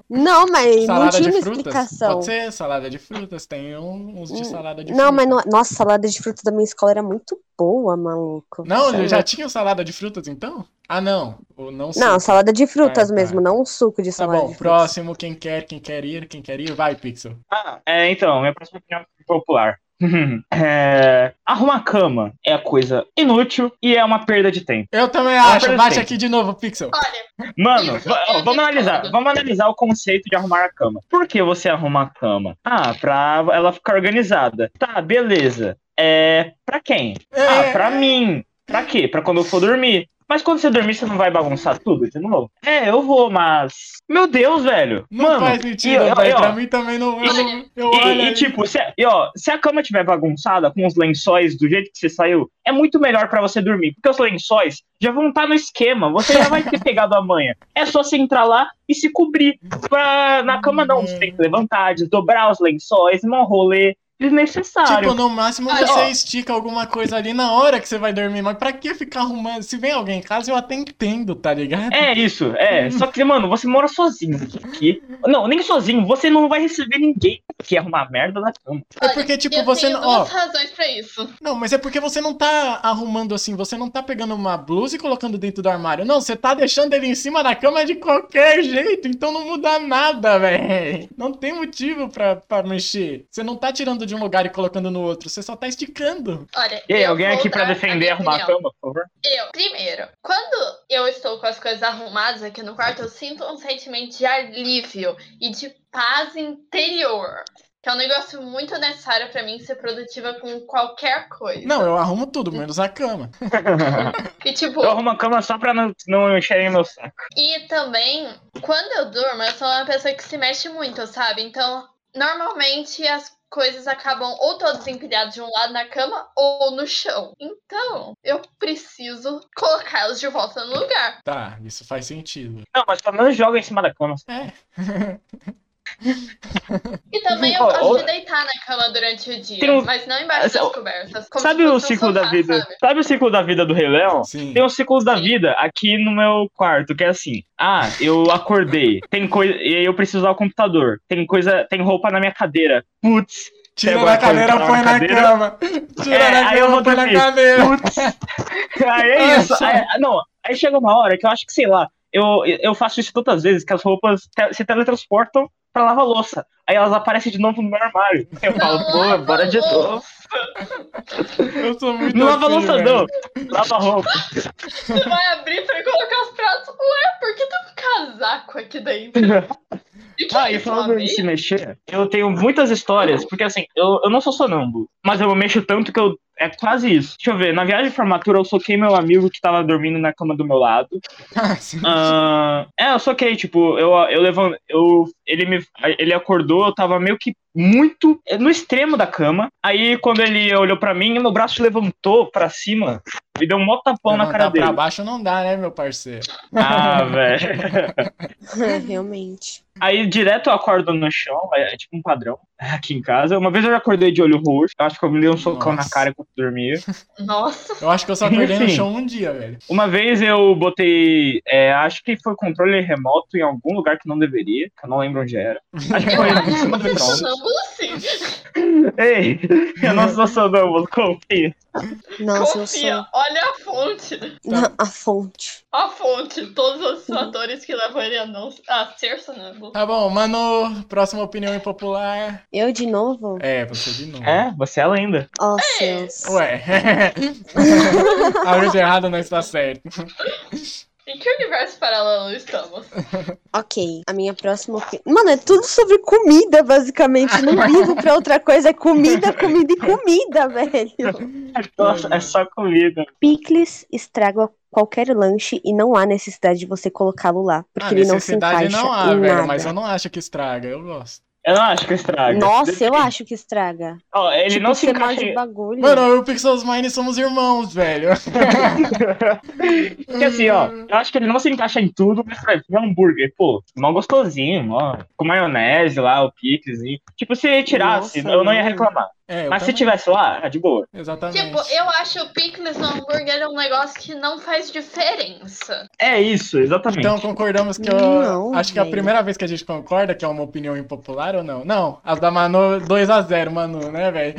Não, mas não salada tinha de uma frutas? explicação. Hum, Pode ser salada de frutas, tem um- uns de salada de Não, frutas. mas não... nossa, salada de fruta da minha escola era muito boa, maluco. Não, Sério. já tinha salada de frutas então? Ah, não. O não sei. Não, salada de frutas tá. mesmo, não um suco de Tá salada. bom, de frutas. próximo, quem quer, quem quer ir, quem quer ir, vai, Pixel. Ah, é, então, minha próxima opinião é popular. É, arrumar cama é coisa inútil e é uma perda de tempo. Eu também Ah, acho, perfeito. bate aqui de novo, Pixel. Mano, Isso, va- eu ó, vamos concordo. analisar. Vamos analisar o conceito de arrumar a cama. Por que você arruma a cama? Ah, pra ela ficar organizada. Tá, beleza. É. Pra quem? Ah, É. pra mim. Pra quê? Pra quando eu for dormir. Mas quando você dormir, você não vai bagunçar tudo de novo? É, eu vou, mas. Meu Deus, velho. Não Mano, faz e, mentira, ó, e, velho. ó, Pra mim também não. Eu, não, eu e- olho. e, aí. tipo, se, e, ó, se a cama tiver bagunçada com os lençóis do jeito que você saiu, é muito melhor pra você dormir, porque os lençóis já vão estar no esquema, você já vai ter pegado a manha. É só você entrar lá e se cobrir. Pra, na cama não, você tem que levantar, desdobrar os lençóis, mó rolê, desnecessário. Tipo, no máximo Olha, você ó. estica alguma coisa ali na hora que você vai dormir, mas pra que ficar arrumando? Se vem alguém em casa, eu até entendo, tá ligado? É isso, é. Só que, mano, você mora sozinho aqui. Não, nem sozinho, você não vai receber ninguém que arrumar merda na cama. É porque, tipo, assim, eu você tenho não. Ó, duas razões pra isso. não, mas é porque você não tá arrumando assim, você não tá pegando uma blusa e colocando dentro do armário. Não, você tá deixando ele em cima da cama de qualquer jeito, então não muda nada, velho. Não tem motivo pra, pra mexer. Você não tá tirando de um lugar e colocando no outro, você só tá esticando. Olha, E aí, eu alguém vou aqui pra dar a defender minha arrumar a opinião. cama, por favor? Eu, primeiro, quando eu estou com as coisas arrumadas aqui no quarto, eu sinto um sentimento de alívio e de paz interior. Que é um negócio muito necessário pra mim ser produtiva com qualquer coisa. Não, eu arrumo tudo, menos a cama. E tipo, Eu arrumo a cama só pra não, não encherem meu saco. E também, quando eu durmo, eu sou uma pessoa que se mexe muito, sabe? Então, normalmente as coisas acabam ou todas empilhadas de um lado na cama ou no chão. Então, eu preciso colocá-los de volta no lugar. Tá, isso faz sentido. Não, mas pelo menos joga em cima da cama. E também eu Ó, gosto ó. de deitar na cama durante o dia, Tem um- mas não embaixo das Sabe- cobertas. como sabe se o fosse um ciclo da sofá, vida? sabe? Sabe? o ciclo da vida do Rei Leão? Sim. Tem o ciclo da vida aqui no meu quarto, que é assim: ah, eu acordei, tem coisa. E aí eu preciso usar o computador. Tem coisa, tem roupa na minha cadeira. Putz, Tira Pega da a cadeira, cadeira, põe na na cadeira. cama. Tira É, da aí eu cama, vou põe na dormir. cadeira. putz. aí é isso. Aí- não, aí chega uma hora que eu acho que, sei lá, eu, eu faço isso tantas vezes que as roupas te- se teletransportam pra lavar louça. Aí elas aparecem de novo no meu armário. Eu falo, Não pô, lava bora de louça. novo. Eu sou muito Não lava assim, louça, velho. não. Lava roupa. Tu vai abrir pra colocar os pratos. Ué, por que tem um casaco aqui dentro? E que Ah, e isso, falando uma em se meia? mexer, eu tenho muitas histórias, porque assim, eu, eu não sou sonâmbulo, mas eu mexo tanto que eu. É quase isso. Deixa eu ver, na viagem de formatura eu soquei meu amigo que tava dormindo na cama do meu lado. Ah, é, eu soquei, tipo, eu, eu levando. Eu, ele, me, ele acordou, eu tava meio que muito eh, no extremo da cama. Aí quando ele olhou pra mim, meu braço levantou pra cima e deu um mó tapão na cara Levantar pra dele. baixo não dá, né, meu parceiro? Ah, velho. É, Realmente. Aí direto eu acordo no chão, é, é tipo um padrão aqui em casa. Uma vez eu já acordei de olho roxo, eu acho que eu me dei um socão Nossa. na cara enquanto dormia. Nossa, Eu acho que eu só acordei no Enfim. chão um dia, velho. Uma vez eu botei, é, acho que foi controle remoto em algum lugar que não deveria, que eu não lembro onde era. Acho que foi no você é Patreon. sonâmbulo sim. Ei, eu não sou sonâmbulo, confia. Nossa, eu Confia, sou. olha a fonte. Tá. Não, a fonte. A fonte, todos os fatores que levam ele a, não, a ser ah, né? sonâmbulo. Tá bom, mano, próxima opinião impopular. Eu de novo? É, você de novo. É, você é a lenda. Ó, céus. Ué. A vez errada não está certo. Em que universo paralelo estamos? Ok, a minha próxima opinião. Mano, é tudo sobre comida, basicamente. Eu Não vivo pra outra coisa. É comida, comida e comida, velho. Nossa, é só comida. Picles estraga qualquer lanche e não há necessidade de você colocá-lo lá. Porque A ele não se Ah, necessidade encaixa. não há, em velho, nada. mas eu não acho que estraga, eu gosto. Eu não acho que estraga. Nossa, eu acho que estraga. Ó, ele Tipo, não se você encaixa. morde o bagulho. Mano, eu e o Pixels Mine somos irmãos, velho. Porque assim, ó, Hum. eu acho que ele não se encaixa em tudo, mas por exemplo, hambúrguer, pô, mó gostosinho, ó, com maionese lá, o picles e. Tipo, se tirasse, Nossa, eu não ia mano. reclamar. É, eu Mas se também. tivesse lá, é de boa. Exatamente. Tipo, eu acho o picles no hambúrguer um negócio que não faz diferença. É isso, exatamente. Então concordamos que eu. Não, acho que é a velho. primeira vez que a gente concorda que é uma opinião impopular ou não? Não, as da Manu 2x0, Manu, né, velho?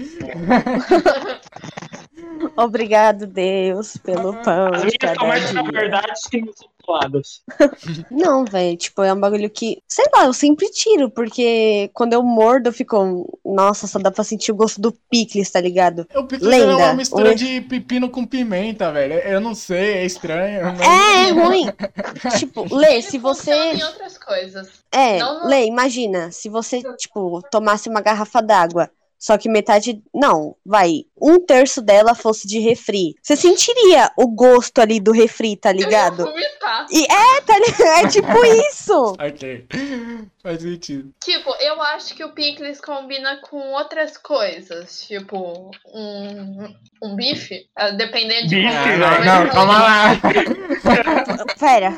Obrigado, Deus, pelo pão. As de minhas são cada mais na dia. verdade que não são puladas. Não, velho, tipo, é um bagulho que, sei lá, eu sempre tiro, porque quando eu mordo, eu fico, um, nossa, só dá pra sentir o gosto do picles, tá ligado? O picolé é uma Lenda, mistura o- de pepino com pimenta, velho. Eu não sei, é estranho. mas- É, é ruim. tipo, Lê, se Ele funciona você. em outras coisas. É, Não, não. Lê, imagina, se você, tipo, tomasse uma garrafa d'água, só que metade, não, vai, um terço dela fosse de refri. Você sentiria o gosto ali do refri, tá Eu ligado? ia vomitar. E é, tá ligado? É tipo isso. Ok. Faz sentido. Tipo, eu acho que o picles combina com outras coisas. Tipo, um, um bife. ah, Dependendo de Bife, como- é. velho. Ah, não, não, calma lá. Pera,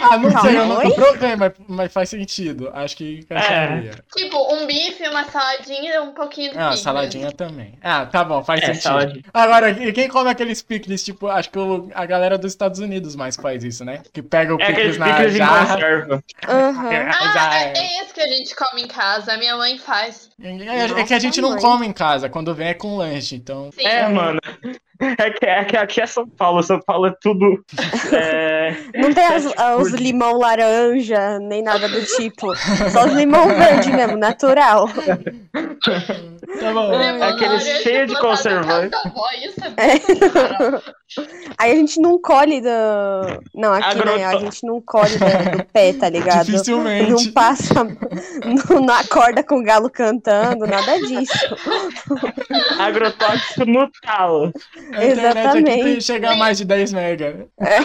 Ah, não sei, eu Calma, não oi? provei, mas, mas faz sentido. Acho que encaixaria. Tipo, um bife, uma saladinha e um pouquinho de Ah, picles. né? saladinha também. Ah, tá bom, faz É, sentido. saladinha. Agora, e quem come aqueles picles, tipo, acho que o- a galera dos Estados Unidos mais faz isso, né? Que pega o É aqueles picles na picles em jarra. conserva. aham. Ah, Já é, é esse que a gente come em casa. A minha mãe faz. É, é que a gente não Nossa, tá mãe. come em casa, quando vem é com lanche, então. Sim. É, mano. É que, é que aqui é São Paulo. São Paulo é tudo. é, tipo, Não tem as- ah, os Por- limão laranja, nem nada do tipo. Só os limão verde mesmo, natural. Tá bom. Lemon É aquele laranja cheio de plantada na conservante. casa da avó, Isso é É. bizarro. Aí a gente não colhe do. Não, aqui, né? A Agrotó- gente não colhe do, do pé, tá ligado? Dificilmente. Não passa. Não, não acorda com o galo cantando, nada disso. agrotóxico no talo. A internet aqui exatamente. tem que chegar a mais de 10 mega. É,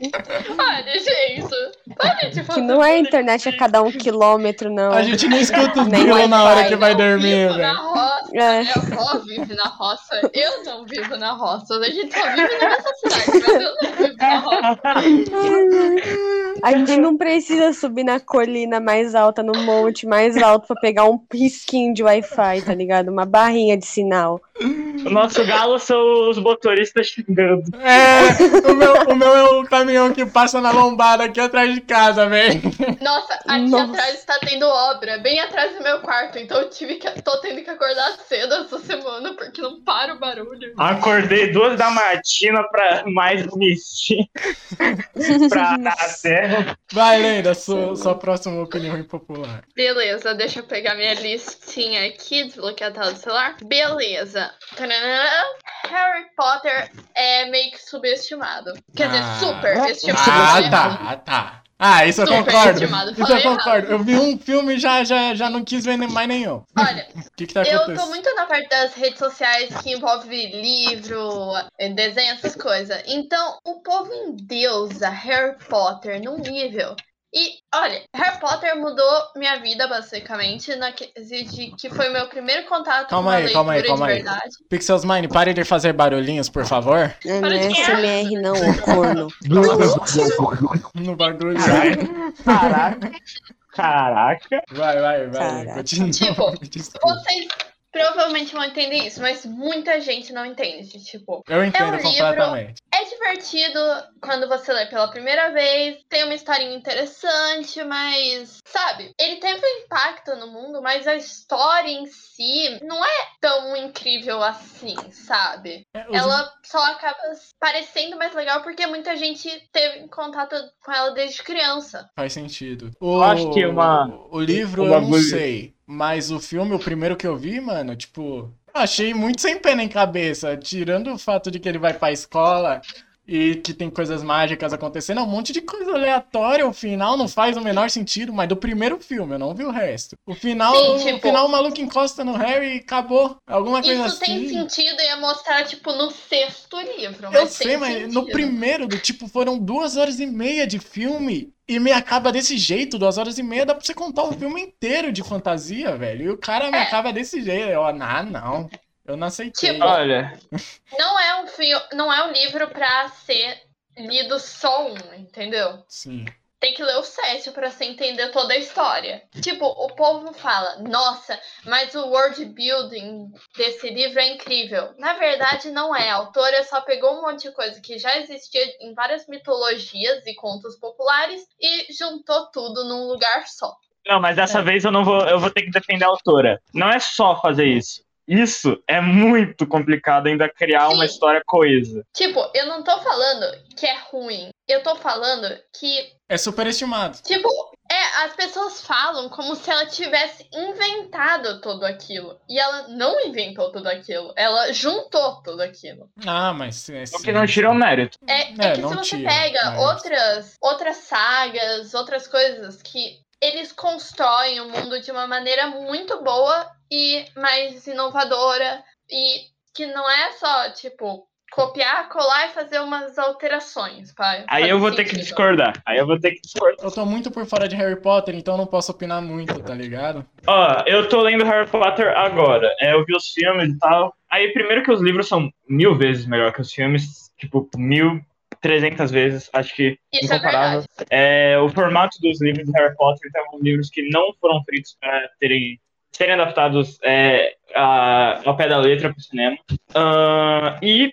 Olha, gente. tipo, Para de Que fazer não é isso. internet a cada um quilômetro, não. A gente não escuta o Nem grilo na Wi-Fi, hora que vai Eu dormir, vivo na velho. roça. É. Minha avó vive na roça. Eu não vivo na roça. A gente só vive na nossa cidade, mas eu não vivo É. na roça. A gente não precisa subir na colina mais alta, no monte mais alto, pra pegar um risquinho de Wi-Fi, tá ligado? Uma barrinha de sinal. O nosso galo são os motoristas xingando. É, o meu, o meu é o caminhão que passa na lombada aqui atrás de casa, velho. Nossa, aqui Nossa. atrás tá tendo obra, bem atrás do meu quarto. Então eu tive que, tô tendo que acordar cedo essa semana porque não para o barulho. Acordei duas da matina pra mais vestir pra a terra. Vai, Lenda, sua, sua próxima opinião impopular. Beleza, deixa eu pegar minha listinha aqui, desbloquear a tela do celular. Beleza. Tananã. Harry Potter é meio que subestimado. Quer dizer, Ah. super estimado. Ah, tá, ah, tá. Ah, isso eu Super concordo. estimado, Isso eu falei concordo. Eu vi um filme e já, já, já não quis ver nem- mais nenhum. Olha, O que que tá Eu tô acontecendo? muito na parte das redes sociais que envolve livro, eh, desenho, essas coisas. Então, o povo endeusa Harry Potter num nível. E, olha, Harry Potter mudou minha vida, basicamente, na quesito de que foi meu primeiro contato Calma com a aí, calma aí, leitura calma aí. de verdade. Pixels Mine, pare de fazer barulhinhos, por favor. É, Para não é de quê? SMR, não, ô corno. No bagulho. Caraca. Caraca. Vai, vai, vai. Caraca. Continua. Tipo, Desculpa. Vocês provavelmente vão entender isso, mas muita gente não entende. Tipo, Eu entendo livro. completamente. É divertido quando você lê pela primeira vez, tem uma historinha interessante, mas. Sabe? Ele teve um impacto no mundo, mas a história em si não é tão incrível assim, sabe? É, os- Ela só acaba parecendo mais legal porque muita gente teve contato com ela desde criança. Faz sentido. O, acho que uma- um o livro uma eu não coisa- sei, mas o filme, o primeiro que eu vi, mano, tipo, achei muito sem pena em cabeça, tirando o fato de que ele vai pra escola e que tem coisas mágicas acontecendo, é um monte de coisa aleatória, o final não faz o menor sentido, mas do primeiro filme, eu não vi o resto. O final, Sim, tipo- o final o maluco encosta no Harry e acabou. Alguma coisa Isso assim. tem sentido ia mostrar, tipo, no sexto livro. Eu Mas sei, tem mas no sentido. primeiro, do tipo, foram duas horas e meia de filme e me acaba desse jeito, duas horas e meia, dá pra você contar o filme inteiro de fantasia, velho. E o cara me É. acaba desse jeito. Eu, ah, não. Eu não aceitei. Tipo, Olha, Não é um fio, não é um livro pra ser lido só um, entendeu? Sim. Tem que ler o 7 pra você entender toda a história. Tipo, o povo fala, nossa, mas o world building desse livro é incrível. Na verdade, não é. A autora só pegou um monte de coisa que já existia em várias mitologias e contos populares e juntou tudo num lugar só. Não, mas dessa vez eu não vou, eu vou ter que defender a autora. Não é só fazer isso. Isso é muito complicado ainda criar uma Sim. história coesa. Tipo, eu não tô falando que é ruim. Eu tô falando que, É superestimado. tipo, é, as pessoas falam como se ela tivesse inventado tudo aquilo. E ela não inventou tudo aquilo. Ela juntou tudo aquilo. Ah, mas. É, O que não tira o mérito. É, É, é que não se você tira, pega mas- outras, outras sagas, outras coisas que eles constroem o mundo de uma maneira muito boa e mais inovadora e que não é só, tipo, copiar, colar e fazer umas alterações, pai. Aí eu vou ter que discordar. Aí eu vou ter que discordar. Eu tô muito por fora de Harry Potter, então não posso opinar muito, tá ligado? Ó, eu tô lendo Harry Potter agora. É, eu vi os filmes e tal. Aí, primeiro que os livros são mil vezes melhor que os filmes. Tipo, mil, trezentas vezes. Acho que Isso é verdade. É, o formato dos livros de Harry Potter são livros que não foram feitos para terem serem adaptados é, a- ao pé da letra para o cinema. Ah, e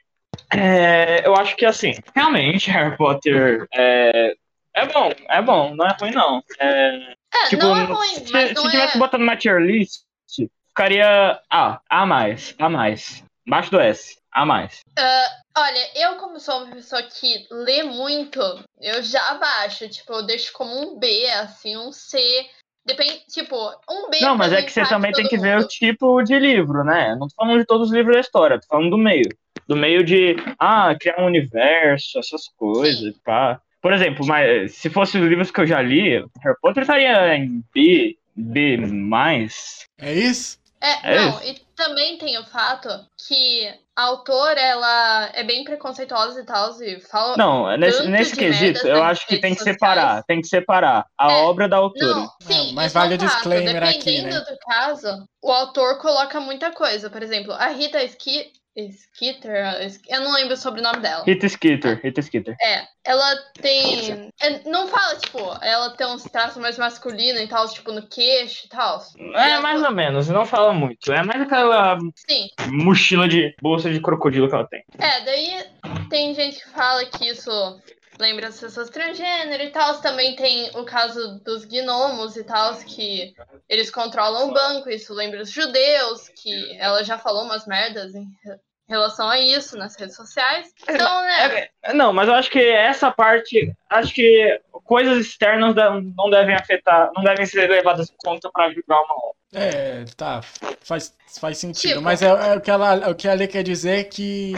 é, eu acho que assim, realmente Harry Potter é, é bom, é bom, não é ruim não. É, É, tipo, não é ruim, se, mas se não é. tivesse botando uma tier list, ficaria ah, a mais, a mais, abaixo do S, a mais. Ah, olha, eu, como sou uma pessoa que lê muito, eu já abaixo. Tipo, eu deixo como um B, assim, um C. Depende, tipo, um B. Não, pra mas é mim que você faz também tem todo que ver o mundo. tipo de livro, né? Não tô falando de todos os livros da história, tô falando do meio. Do meio de, ah, criar um universo, essas coisas, pá. Por exemplo, mas se fosse os livros que eu já li, Harry Potter estaria em B, B+. É isso? É, É não, e também tem o fato que a autora, ela é bem preconceituosa e tal, e fala. Não, nesse, Tanto nesse de quesito, merda eu nas acho que redes tem que sociais. separar, tem que separar a É, obra da autora. Não, sim, Ah, mas isso é um vale o fato. disclaimer aqui, né? Dependendo do caso, o autor coloca muita coisa. Por exemplo, a Rita Ski... Skeeter, Sk- eu não lembro sobre o sobrenome dela. Hit Skitter, Hit Skitter. É, ela tem. é, não fala, tipo, ela tem uns traços mais masculinos e tal, tipo, no queixo e tal. É, mais ou menos, não fala muito. É mais aquela Sim. mochila de bolsa de crocodilo que ela tem. É, daí tem gente que fala que isso lembra as pessoas transgênero e tal. Também tem o caso dos gnomos e tal, que eles controlam o banco, isso lembra os judeus, que ela já falou umas merdas em re- relação a isso nas redes sociais. Então, né? É, não, mas eu acho que essa parte, acho que coisas externas da- não devem afetar, não devem ser levadas em conta para julgar uma obra. É, tá. Faz, faz sentido. Tipo- Mas é, é o, que ela, o que a Lê quer dizer é que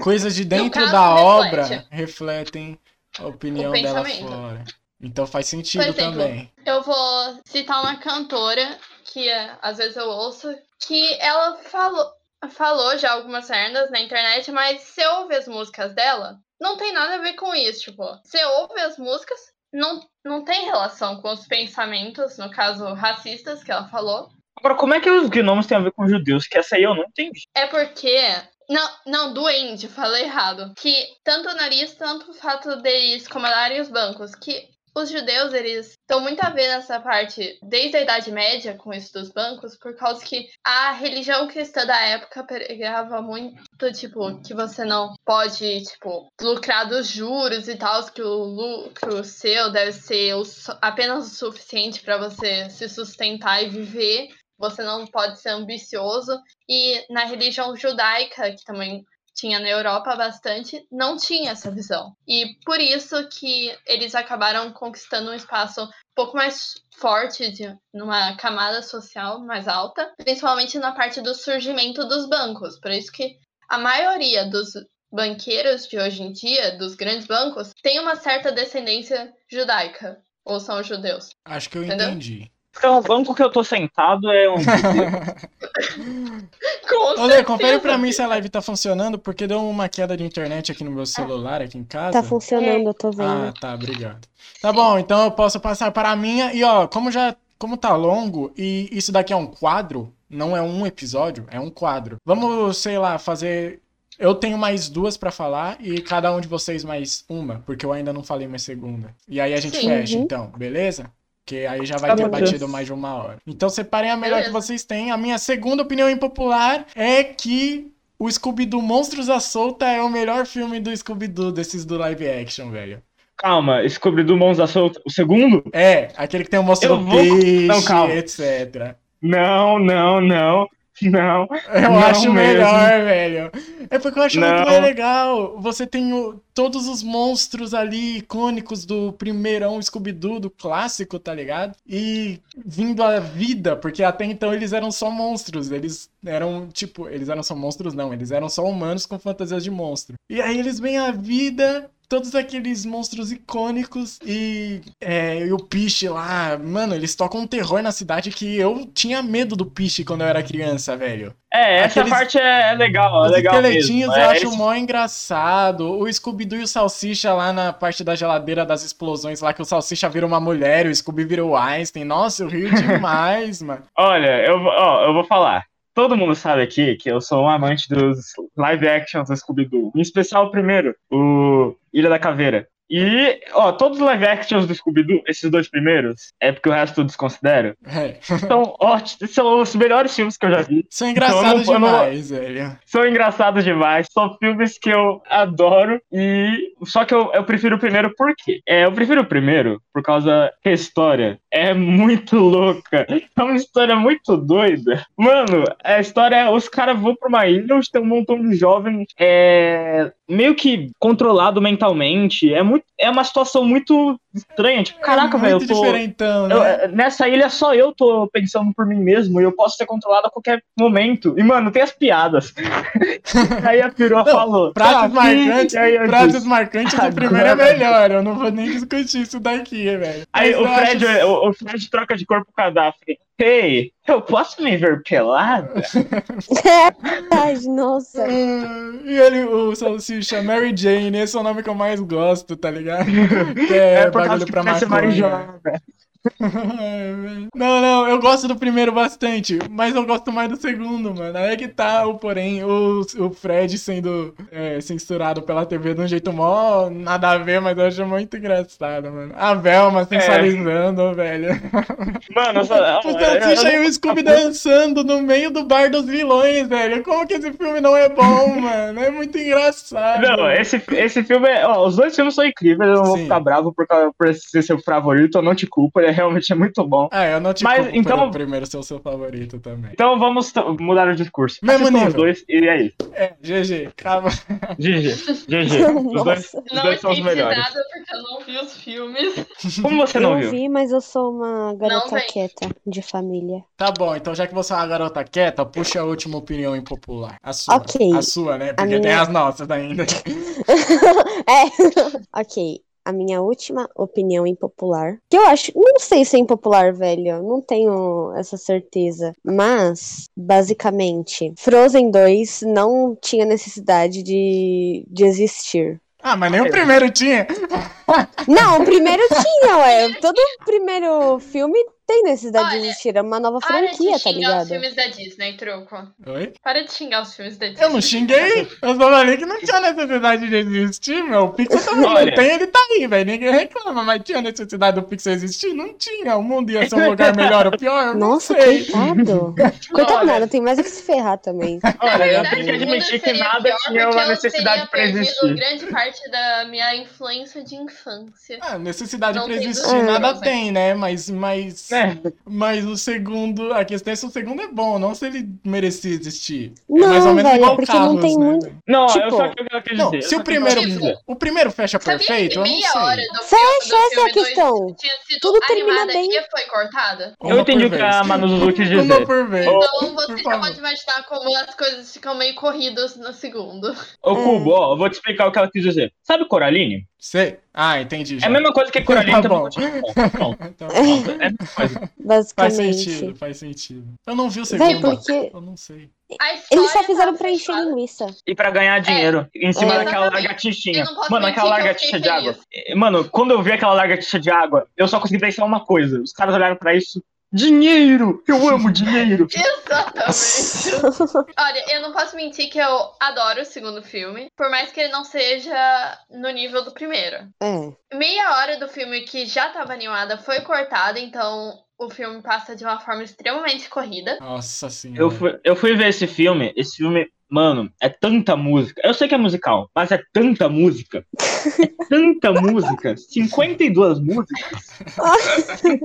coisas de dentro caso, da obra reflete. refletem a opinião O dela pensamento. fora. Então faz sentido exemplo, também. Eu vou citar uma cantora que é, às vezes eu ouço, que ela falou, falou já algumas merdas na internet, mas você ouve as músicas dela, não tem nada a ver com isso, tipo, você ouve as músicas, não, não tem relação com os pensamentos, no caso, racistas que ela falou. Agora, como é que os gnomos têm a ver com judeus? Que essa aí eu não entendi. É porque. Não, não, duende, falei errado. Que tanto o nariz, tanto o fato deles comandarem os bancos, que os judeus, eles estão muito a ver nessa parte, desde a Idade Média, com isso dos bancos, por causa que a religião cristã da época pregava muito, tipo, que você não pode, tipo, lucrar dos juros e tal, que o lucro seu deve ser o su- apenas o suficiente para você se sustentar e viver. Você não pode ser ambicioso. E na religião judaica, que também tinha na Europa bastante, não tinha essa visão. E por isso que eles acabaram conquistando um espaço um pouco mais forte, de, numa camada social mais alta, principalmente na parte do surgimento dos bancos. Por isso que a maioria dos banqueiros de hoje em dia, dos grandes bancos, tem uma certa descendência judaica, ou são judeus. Acho que eu entendeu? entendi. Então, o banco que eu tô sentado é um. Com Ô, Lê, confere certeza. pra mim se a live tá funcionando, porque deu uma queda de internet aqui no meu celular, aqui em casa. Tá funcionando, eu tô vendo. Ah, tá, obrigado. Tá bom, então eu posso passar para a minha. E ó, como já como tá longo e isso daqui é um quadro, não é um episódio, é um quadro. Vamos, sei lá, fazer Eu tenho mais duas pra falar e cada um de vocês mais uma, porque eu ainda não falei minha segunda. E aí a gente Sim. fecha, Uhum. então, beleza? Porque aí já vai Tá ter bom. batido mais de uma hora. Então separem a melhor Beleza. que vocês têm. A minha segunda opinião impopular é que o Scooby-Doo Monstros à Solta é o melhor filme do Scooby-Doo desses do live action, velho. Calma, descobri do Mãos da Solta. O segundo? É, aquele que tem o monstro Eu do vou- peixe, Não, calma. etc. Não, não, não. Não. Eu Não acho mesmo. melhor, velho. É porque eu acho muito Não. mais legal. Você tem o- todos os monstros ali icônicos do primeirão Scooby-Doo, do clássico, tá ligado? E vindo à vida, porque até então eles eram só monstros. Eles eram, tipo, eles eram só monstros, não. Eles eram só humanos com fantasias de monstro. E aí eles vêm à vida. Todos aqueles monstros icônicos e, é, e o Piche lá, mano, eles tocam um terror na cidade que eu tinha medo do Piche quando eu era criança, velho. É, essa Aqueles- parte é, é legal, é Os legal esqueletinhos mesmo. eu É, acho esse- mó engraçado. O Scooby-Doo e o Salsicha lá na parte da geladeira das explosões, lá que o Salsicha vira uma mulher, o Scooby vira o Einstein. Nossa, eu rio demais, mano. Olha, eu, vou- ó, eu vou falar. Todo mundo sabe aqui que eu sou um amante dos live actions do Scooby-Doo. Em especial o primeiro, o Ilha da Caveira. E, ó, todos os live actions do Scooby-Doo, esses dois primeiros, é porque o resto eu desconsidero, É. são ótimos, são os melhores filmes que eu já vi. São engraçados Então eu não- eu não- demais, velho. São engraçados demais, são filmes que eu adoro e só que eu, eu prefiro o primeiro por quê? É, eu prefiro o primeiro por causa que a história é muito louca, é uma história muito doida. Mano, a história é os caras vão pra uma ilha onde tem um montão de jovem é, meio que controlado mentalmente. É muito, é uma situação muito estranha. Tipo, caraca, é velho, muito eu tô diferentão, eu, né? eh, nessa ilha só eu tô pensando por mim mesmo e eu posso ser controlado a qualquer momento. E, mano, tem as piadas. aí a perua Não, falou. "Ah, Pratos sim", marcantes, e aí eu pratos disse. marcantes do Agora- primeiro é melhor. Eu não vou nem discutir isso daqui, velho. Aí Mas o eu acho Fred, é o, o Fred troca de corpo com o Gaddafi. Ei, eu posso me ver pelado? Ai, É nossa. Ah, E ele, o Salsicha, Mary Jane, esse é o nome que eu mais gosto, tá ligado? Que é, bagulho pra parece maconha. não, não, eu gosto do primeiro bastante, mas eu gosto mais do segundo, mano. Aí é que tá o porém, o, o Fred sendo é, censurado pela TV de um jeito mó nada a ver, mas eu acho muito engraçado, mano. A É. Velma sensualizando, velho. Mano, eu só, eu, O eu, Salsicha e o Scooby dançando no meio do bar dos vilões, velho. Como que esse filme não é bom, mano? É muito engraçado. Não, esse, esse filme é. Ó, os dois filmes são incríveis, eu não vou Sim. ficar bravo por, causa- por ser seu favorito, eu não te culpo, ele é realmente é muito bom. Ah, eu não te Mas, culpo então- pelo primeiro ser o seu favorito também. Então vamos t- mudar o discurso. Mesmo Assistam os nível. dois e é isso. É, GG, calma. GG, GG. Os dois, Nossa. os Não dois são os entendi melhores. nada porque eu não vi os filmes. Como você Eu não viu? vi, mas eu sou uma garota vem. quieta de família. Tá bom, então já que você é uma garota quieta, puxa a última opinião impopular. A sua. Ok. A sua, né? Porque tem minha- as nossas ainda. é. ok. A minha última opinião impopular. Que eu acho. Não sei se é impopular, velho. Não tenho essa certeza. Mas, basicamente, Frozen 2 não tinha necessidade de, de existir. Ah, mas nem o primeiro tinha. Não, o primeiro tinha, ué. Todo primeiro filme tem necessidade de existir. É uma nova Para franquia, de tá xingar os ligado? filmes da Disney, troco. Oi? Para de xingar os filmes da Disney. Eu não xinguei. Eu só falei que não tinha necessidade de existir, meu. O Pixar também Olha. não tem, ele tá aí, velho. Ninguém reclama, mas tinha necessidade do Pixar existir? Não tinha. O mundo ia ser um lugar melhor ou pior? Eu não Nossa, sei. É coitado. Coitado nada, tem mais o que se ferrar também. Olha, eu tenho verdade, que o mundo admitir que seria nada é pior tinha porque uma eu necessidade teria pra perdido existir. grande parte da minha influência de infância. Ah, necessidade Não pra tem existir, dúvida, nada né? tem, né? Mas, mas, É, mas o segundo, a questão é se o segundo é bom, não se ele merecia existir. é Não, mais ou menos velho, igual porque Carros, não tem né? muito- velho? Não, eu Tipo, só que eu quero dizer. Não, eu se só o quero primeiro, Tipo, dizer. o primeiro fecha Sabia perfeito, que eu não meia hora sei. do Fecha, filme, essa do é a filme dois questão. tinha sido Tudo termina animada bem. e foi cortada? Eu entendi o que a Manu Manu Zuzu quis assim. Uma dizer. por vez. Ô, Então por você já favor. pode imaginar como as coisas ficam meio corridas no segundo. Ô, um. Cubo, ó, eu vou te explicar o que ela quis dizer. Sabe Coraline? Sei. Ah, entendi. É Já. a mesma coisa que Coraline Tá tá bom. bom. Então, É a mesma coisa. faz Basicamente. sentido, faz sentido. Eu não vi o segundo. Véi, porque Eu não sei. A história eles só tava fizeram pra encher fechada. linguiça. E pra ganhar dinheiro. Em cima É. daquela É, Exatamente. lagartixinha. Eu não posso Mano, mentir aquela que eu lagartixa fiquei de feliz. água. Mano, quando eu vi aquela lagartixa de água, eu só consegui pensar uma coisa. Os caras olharam pra isso Dinheiro! Eu amo dinheiro! Exatamente. Olha, eu não posso mentir que eu adoro o segundo filme, por mais que ele não seja no nível do primeiro. É. Meia hora do filme que já tava animada foi cortada, então o filme passa de uma forma extremamente corrida. Nossa senhora. Eu fui, eu fui ver esse filme, esse filme, mano, é tanta música. Eu sei que é musical, mas é tanta música. É tanta música. 52 músicas.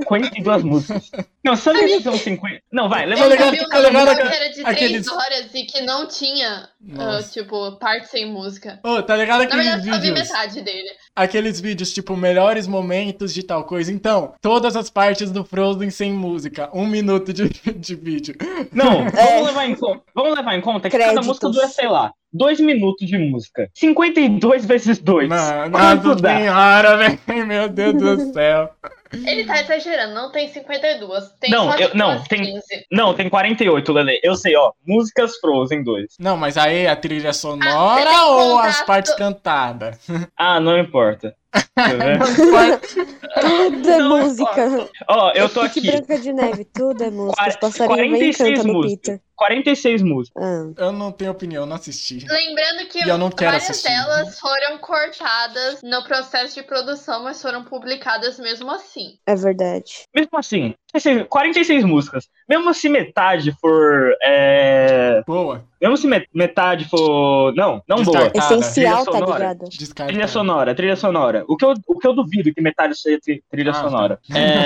52 músicas. Não, sabe que são 50. Não, vai, Eu Tá levanta. ligado, vi um tá ligado musical aque- que era de aqueles- três horas e que não tinha, ah, Nossa. tipo, parte sem música. Ô, tá ligado Na aqueles verdade, eu só vi vídeos? metade dele. Aqueles vídeos, tipo, melhores momentos de tal coisa. Então, todas as partes do Frozen sem música. Um minuto de, de vídeo. Não, É. vamos, levar em conta, vamos levar em conta que cada Créditos. música dura, sei lá, dois minutos de música. 52 vezes 2. Mano, Quanto nossa dá? senhora, velho. Meu Deus do céu. Ele tá exagerando, não tem 52, tem Não, só eu- tipo, não, umas tem- 15. Não, tem 48, Lele. Eu sei, ó. Músicas Frozen 2. Não, mas aí a trilha Ah, sonora tem ou as contato. partes cantadas? Ah, não importa. Quer ver? Tudo é Não música. Ó, eu tô Pique aqui. Branca de Neve, tudo é música. Os Quar- passarinhos vêm e 46 cantam no músicas. Peter. 46 músicas. Ah. Eu não tenho opinião, não assisti. Lembrando que E eu não quero várias assistir. né? delas foram cortadas no processo de produção, mas foram publicadas mesmo assim. É verdade. Mesmo assim, 46 46 músicas. Mesmo se metade for. É... Boa. Mesmo se me- metade for. Não, não boa. Descartável. Cara, Essencial, trilha tá sonora. ligado? Descarta. Trilha sonora, trilha sonora. O que eu, o que eu duvido que metade seja tri- trilha Ah, tá. sonora.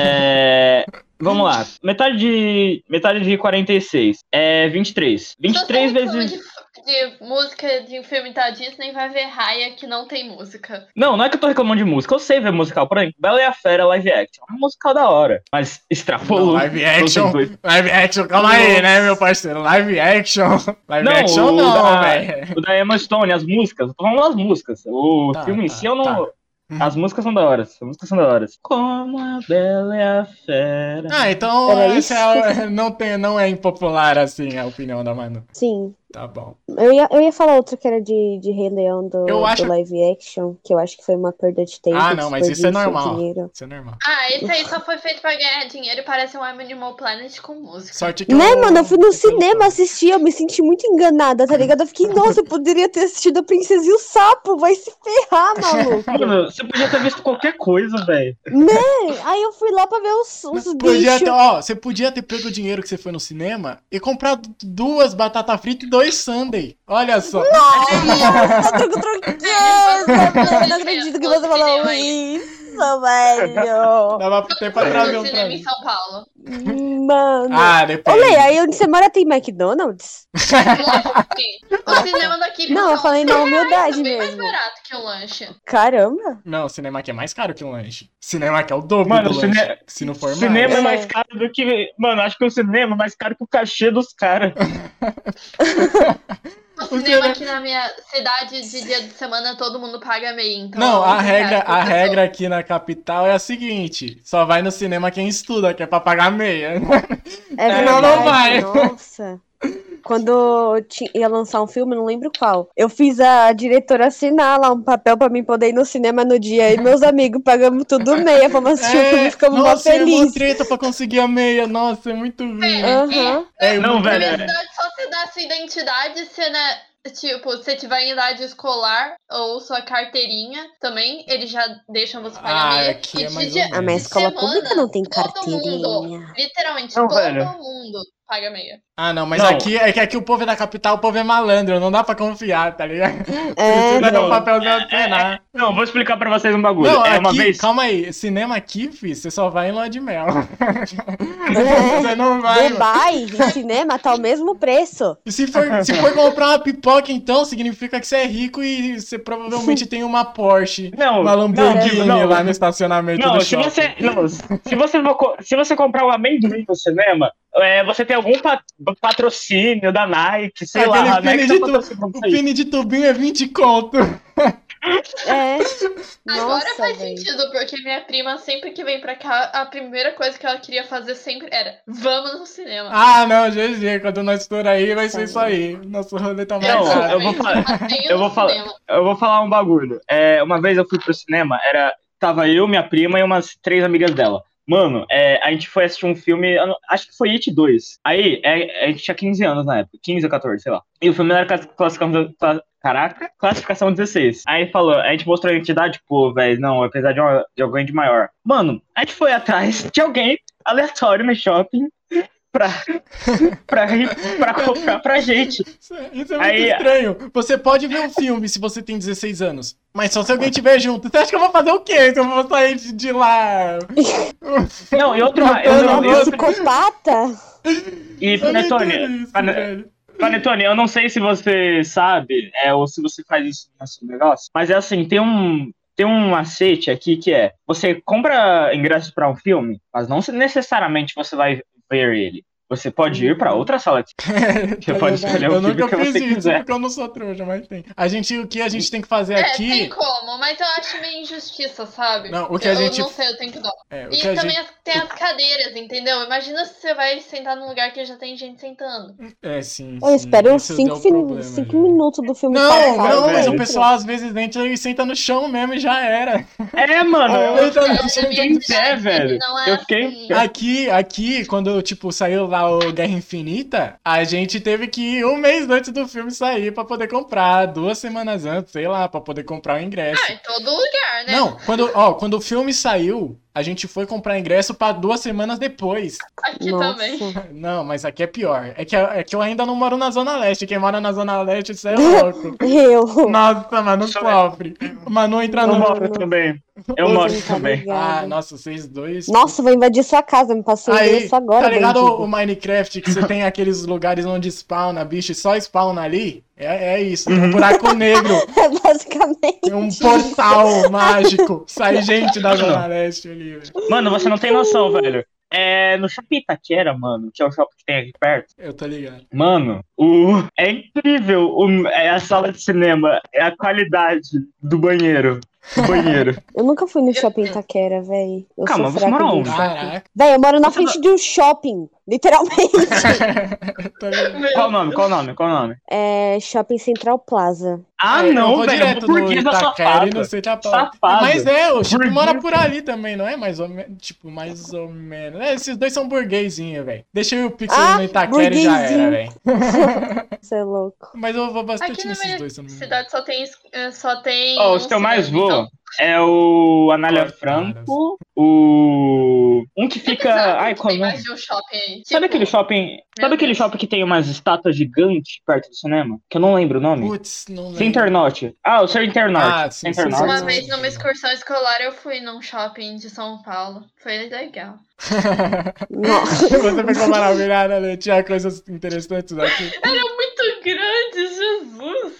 É. Vamos lá. Metade de. Metade de 46. É 23. 23 Se você reclama vezes. De, de música de um filme da Disney, vai ver Raya que não tem música. Não, não é que eu tô reclamando de música. Eu sei ver musical. Por exemplo, Bela e a Fera live action. É um musical da hora. Mas Não, extrapolou. live action. Frozen dois. Live action, calma aí, né, meu parceiro? Live action. Live Não, ah, action o não, da- velho. O da Emma Stone, as músicas. Eu tô falando das músicas. O Tá, filme em tá, si eu não. tá. As músicas são da hora. As músicas são da hora. Como a Bela e a Fera. Ah, então Era essa é- não, tem, não é impopular assim a opinião da Manu. Sim. Tá bom. Eu ia, eu ia falar outra que era de, de Rei Leão do, Eu do acho- live action, que eu acho que foi uma perda de tempo. Ah, não, mas isso desperdício é de normal. dinheiro. Isso é normal. Ah, esse aí só foi feito pra ganhar dinheiro e parece um Animal Planet com música. Sorte que Né, eu- mano? Eu fui no cinema assistir, eu me senti muito enganada, tá ligado? Eu fiquei, nossa, eu poderia ter assistido a Princesa e o Sapo, vai se ferrar, maluco. Mano, você podia ter visto qualquer coisa, velho. né? Aí eu fui lá pra ver os, os Podia bichos. ter, um ó, você podia ter pego o dinheiro que você foi no cinema e comprado duas batata frita e dois sundae. Olha só. Nossa, truco, truqueza, mano, não acredito que você falou Cinema. isso, velho. Dava pra ter pra trazer no um cinema em pra São Paulo. Mano. Ah, depois. Olha, aí onde você mora tem McDonald's? Lógico que O cinema daqui custa Não, eu falei na R$ 11 humildade bem é mais mesmo. barato que o lanche. Caramba. Não, cinema aqui é mais caro que um lanche. Cinema aqui é o dobro Mano, do cine- lanche. Se não for mais. Cinema é É. mais caro do que. Mano, acho que o cinema é mais caro que o cachê dos caras. O cinema- cinema aqui na minha cidade, de dia de semana, todo mundo paga meia. Então Não, a é regra, caro, a porque regra aqui na capital é a seguinte: só vai no cinema quem estuda, que é pra pagar meia. É verdade. não, não vai. Nossa. Quando eu ti- ia lançar um filme, não lembro qual. Eu fiz a diretora assinar lá um papel pra mim poder ir no cinema no dia. E meus amigos pagamos tudo meia, fomos assistir o filme e ficamos mó nossa, é mó felizes. treta pra conseguir a meia. Nossa, é muito ruim. Aham. É, Não, muito- Na velho. minha cidade, só você dá sua identidade se né, Tipo, se tiver em idade escolar ou sua carteirinha também, eles já deixam você pagar Ah, meia. aqui E é de mais ou dia- menos. Ah, mas escola Semana, pública não tem todo mundo. carteirinha. Literalmente, Não, todo velho. mundo paga meia. Ah, não, mas Não. aqui é que aqui o povo é da capital, o povo é malandro, não dá pra confiar, tá ligado? É, Precisa dar um velho. papelzinho assinar. Não, vou explicar pra vocês um bagulho. Não, é uma aqui- vez. calma aí, cinema aqui, fi, você só vai em Ló de Mel. É. você não vai. mano. Dubai e cinema tá o mesmo preço. E se for, se for comprar uma pipoca, então, significa que você é rico e você provavelmente tem uma Porsche, Não, uma Lamborghini não, não. lá né? no estacionamento Não, do se shopping. você, não, se você for co- se você comprar um amendoim no cinema, é, você tem algum pa- patrocínio da Nike, sei Aquele lá, a Nike tá Benedito- patrocinando O isso aí. pene Um de tubinho é 20 conto. É. Agora Nossa, faz velho. sentido, porque minha prima, sempre que vem pra cá, a primeira coisa que ela queria fazer sempre era vamos no cinema. Ah, não, GG, quando nós for aí, vai ser isso aí. Nosso rolê tá mais Não, é caro. eu vou falar- Até eu no vou falar- um cinema. Eu vou falar um bagulho. É, uma vez eu fui pro cinema, era tava eu, minha prima e umas três amigas dela. Mano, é, a gente foi assistir um filme, eu não- acho que foi It 2. Aí, é, a gente tinha 15 anos na época, 15 ou 14, sei lá. E o filme era classi- classificação. cla- Caraca, classificação 16. Aí falou, a gente mostrou a identidade, pô, velho, não, apesar de, uma- de alguém de maior. Mano, a gente foi atrás de alguém aleatório no shopping pra, pra, ir- pra comprar pra gente. Isso é isso é muito Aí- estranho. Você pode ver um filme se você tem 16 anos, mas só se alguém estiver junto. Você acha que eu vou fazer o quê? Se eu vou sair de, de lá? Não, e outro. Eu, Matando não, a eu, Psicopata? e, né, Eu não Panetone, entendo isso, Pane- velho. Panetone, eu não sei se você sabe, é, ou se você faz isso no seu negócio, mas é assim, tem um. Tem um macete aqui que é: você compra ingressos pra um filme, mas não se- necessariamente você vai ver ele. Você pode ir pra outra sala. de- Você pode escolher o eu filme nunca que fiz você isso, quiser. porque eu não sou trouxa, mas tem. A gente, o que a gente tem que fazer É, aqui. tem como, mas eu acho meio injustiça, sabe? Não, o que a eu gente- não sei, eu tenho que dar. é, o E que a também gente- as- tem as cadeiras, entendeu? Imagina se você vai sentar num lugar que já tem gente sentando. É, sim. Eu sim, espero uns isso 5 deu problema, já. minutos do filme Não, passar. não, mas velho. o pessoal às vezes entra e senta no chão mesmo e já era. Então, É, mano, eu Entra no chão. fiquei em pé, velho. Não é Eu fiquei assim. em pé. Aqui, aqui, quando, tipo, saiu lá o Guerra Infinita, a gente teve que ir um mês antes do filme sair pra poder comprar, duas semanas antes, sei lá, pra poder comprar o ingresso. Ah, em todo lugar, né? Não, quando, ó, quando o filme saiu, a gente foi comprar ingresso pra duas semanas depois. Aqui também. Nossa. Não, mas aqui é pior. É que, é que eu ainda não moro na Zona Leste. Quem mora na Zona Leste, isso é louco. Eu. Nossa, mano, sofre. Manu entra eu no. moro também. Eu Ô, moro Não tá também. Ah, ligado. nossa, vocês dois. Nossa, vou invadir sua casa, me passou Aí, isso agora. tá ligado bandido. o Minecraft que você tem aqueles lugares onde spawna, bicho, e só spawna ali? É, é isso, um buraco negro, É basicamente. um portal mágico. Sai gente da Zona Leste ali, velho. Mano, você não tem noção, velho. É, no shopping Itaquera, mano, que é o shopping que tem aqui perto. Eu tô ligado. Mano, o... é incrível o... é a sala de cinema, é a qualidade do banheiro. Do banheiro. Eu nunca fui no shopping Itaquera, véi. Eu Calma, sou você fraca mora de onde? shopping. Caraca, Véi, eu moro na frente de um shopping, literalmente. eu tô ligado. Meu, Qual o nome? Qual o nome? Qual o nome? É Shopping Central Plaza. Ah, É, eu não, vou velho. é direto no Burguesa Itaquera e não safada. sei da Paula. Safada. Mas é, o Chip Burguesa. mora por ali também, não é? Mais ou menos. Tipo, mais ou menos. É, esses dois são burguesinhos, velho. Deixei o Pixel Ah, no Itaquera e já era, burguesinho. velho. Você é louco. Mas eu vou bastante Aqui na nesses minha dois, se eu não me engano. cidade só tem. eh, Só tem Ó, um os que eu mais cinema, vou então. é o Anália Cortadas. Franco, o. Um que Apesar fica. que Ai, tem qual é o nome? mais de um shopping aí. Sabe Tipo, aquele shopping. Sabe aquele Deus. shopping que tem umas estátuas gigantes perto do cinema? Que eu não lembro o nome. Putz, não lembro. Centernorte. Ah, o seu Internorte. Ah, sim, sim, Centernorte. Uma Nossa. vez numa excursão escolar eu fui num shopping de São Paulo. Foi legal. Nossa. Você ficou maravilhada, né? Tinha coisas interessantes aqui. Era muito grande, Jesus!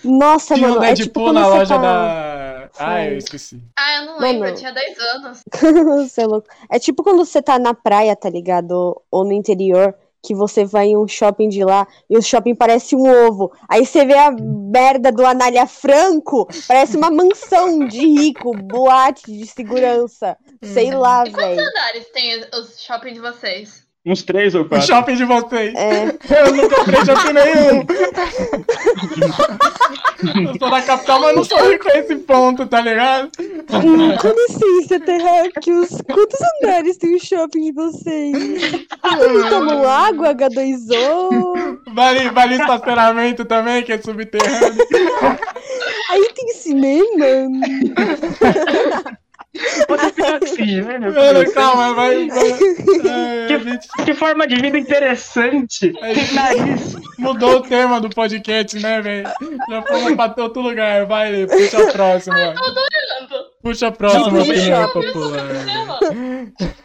Nossa, Tinha o mano. É tipo Deadpool quando na você loja tá... da. Ah, eu esqueci. Ah, eu não Mano. lembro, eu tinha 10 anos. Você é louco. É tipo quando você tá na praia, tá ligado? Ou- Ou no interior. Que você vai em um shopping de lá e o shopping parece um ovo. Aí você vê a merda do Anália Franco, parece uma mansão de rico, boate de segurança. Hum. Sei lá, E quantos velho. andares tem os shopping de vocês? Uns três ou O quatro. shopping de vocês. É. Eu não comprei shopping nenhum. Eu sou da capital, mas não sou rico a esse ponto, tá ligado? Hum, Com licença, terráqueos. Quantos andares tem o shopping de vocês? Ah. Todos tomam água, H2O. Vale, vale estacionamento também, que é subterrâneo. Aí tem cinema. Você tem Mano, oxigênio, cara. calma, vai. vai. Ai, a gente Que forma de vida interessante. É. Que nariz. mudou o tema do podcast, né, velho? Já fomos pra outro lugar. Vai, Lê, puxa a próxima. Ando. Puxa a próxima Não, opinião puxa. popular. Cinema.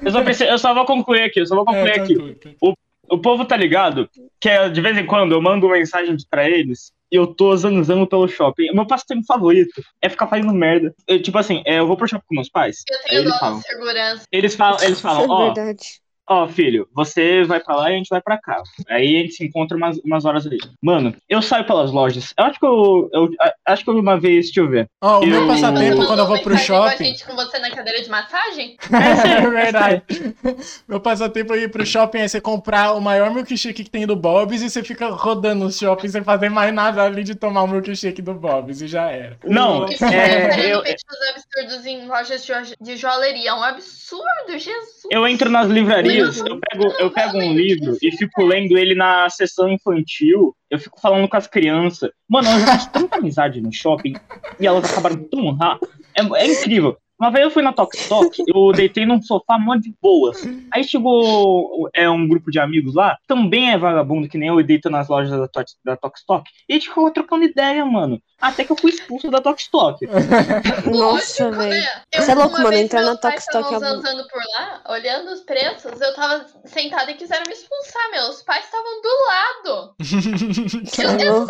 Eu só, pensei- eu só vou concluir aqui, eu só vou concluir É, aqui. tranquilo. O povo tá ligado que eh, de vez em quando eu mando mensagem pra eles e eu tô zanzando pelo shopping. O meu passatempo favorito é ficar fazendo merda. é, Eu, tipo assim, eh, eu vou pro shopping com meus pais. Eu Aí tenho eles dó falam. de segurança. Ah, Eles falam, eles falam, é ó, verdade. Ó, filho, você vai pra lá e a gente vai pra cá. Aí a gente se encontra umas, umas horas ali. Mano, eu saio pelas lojas. Eu acho que eu. eu a- acho que eu uma vez, deixa eu ver. Ó, o meu Eu- Você passatempo mandou Tá quando eu vou pro mensagem com a shopping. gente com você na cadeira de massagem? É verdade. Meu passatempo é ir pro shopping é você comprar o maior milkshake que tem do Bob's e você fica rodando os shoppings sem fazer mais nada além de tomar o milkshake do Bob's e já era. Não, Isso é, é, eu, fazendo pedidos absurdos em lojas de, jo- de joalheria. É um absurdo, Jesus. eu entro nas livrarias, eu pego, eu pego um livro e fico lendo ele na sessão infantil. Eu fico falando com as crianças. Mano, eu já fiz tanta amizade no shopping e elas acabaram tão rápido. É, é incrível. Uma vez eu fui na Tok Tok, eu deitei num sofá mó de boas. Aí chegou é, um grupo de amigos lá, também é vagabundo que nem eu, e deita nas lojas da, Tot- da Tok Tok. E a gente ficou trocando ideia, mano. Até que eu fui expulso da Tok Tok. Nossa, Lógico, velho. né? Eu, Você é louco, uma mano, vez, entrar meus na pais Tokstok é estavam um- zanzando por lá, olhando os preços, eu tava sentada e quiseram me expulsar, meus pais estavam do lado. Eu, eu Alô?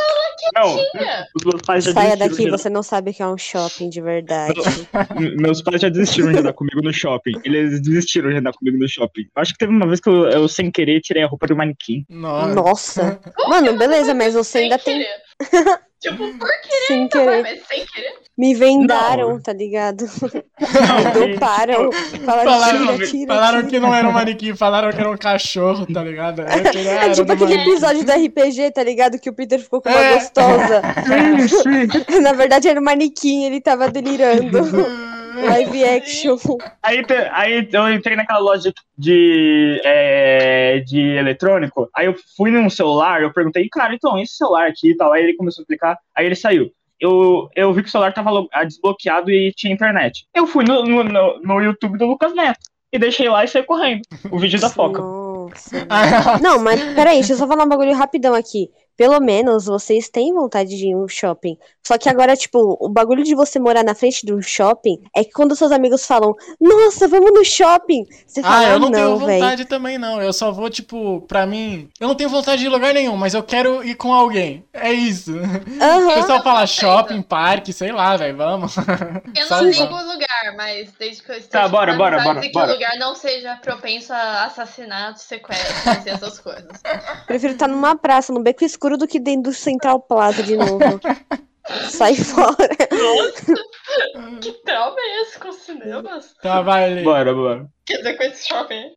Não, tinha. os meus pais já Saia desistiram daqui, de- você não sabe o que é um shopping de verdade. M- Meus pais já desistiram de andar comigo no shopping. Eles desistiram de andar comigo no shopping. Acho que teve uma vez que eu, eu, sem querer, tirei a roupa do manequim. Nossa. Nossa. Mano, beleza, mas você ainda sem tem. querer. tipo, por que Sem não vai, querer. mas sem querer? Me vendaram, Não. tá ligado? Não, Doparam. Falaram, Falaram, tira, tira, falaram tira. que não era um manequim, falaram que era um cachorro, tá ligado? Eu que era, É era tipo do aquele manequim. episódio do RPG, tá ligado? Que o Peter ficou com uma É. gostosa. sim, sim. Na verdade era um manequim, ele tava delirando. Live action. Aí, te- aí eu entrei naquela loja de, é, de eletrônico. Aí eu fui num celular, eu perguntei, cara, então, esse celular aqui e tal. Aí ele começou a explicar, aí ele saiu. Eu, eu vi que o celular tava lo- ah, desbloqueado e tinha internet. Eu fui no, no, no- no YouTube do Lucas Neto. E deixei lá e saí correndo. O vídeo da foca. Nossa. Ah, Não, mas peraí, deixa eu só falar um bagulho rapidão aqui. Pelo menos vocês têm vontade de ir no shopping. Só que agora, tipo, o bagulho de você morar na frente de um shopping é que quando seus amigos falam, nossa, vamos no shopping, você Ah, fala, eu não, tenho véi." vontade também, não. Eu só vou, tipo, pra mim. Eu não tenho vontade de ir em lugar nenhum, mas eu quero ir com alguém. É isso. O Aham. pessoal fala shopping, parque, sei lá, velho, vamos. Eu Só não vai. ligo o lugar, mas desde que eu esteja Tá, bora, bora, organizada bora, e que bora. o lugar não seja propenso a assassinatos, sequestros e essas coisas. Prefiro estar numa praça, no beco escuro, do que dentro do Central Plaza de novo. Sai fora. Que trauma é esse com os cinemas? Tá, vai, Lê. Bora, bora. Quer dizer, com esse shopping.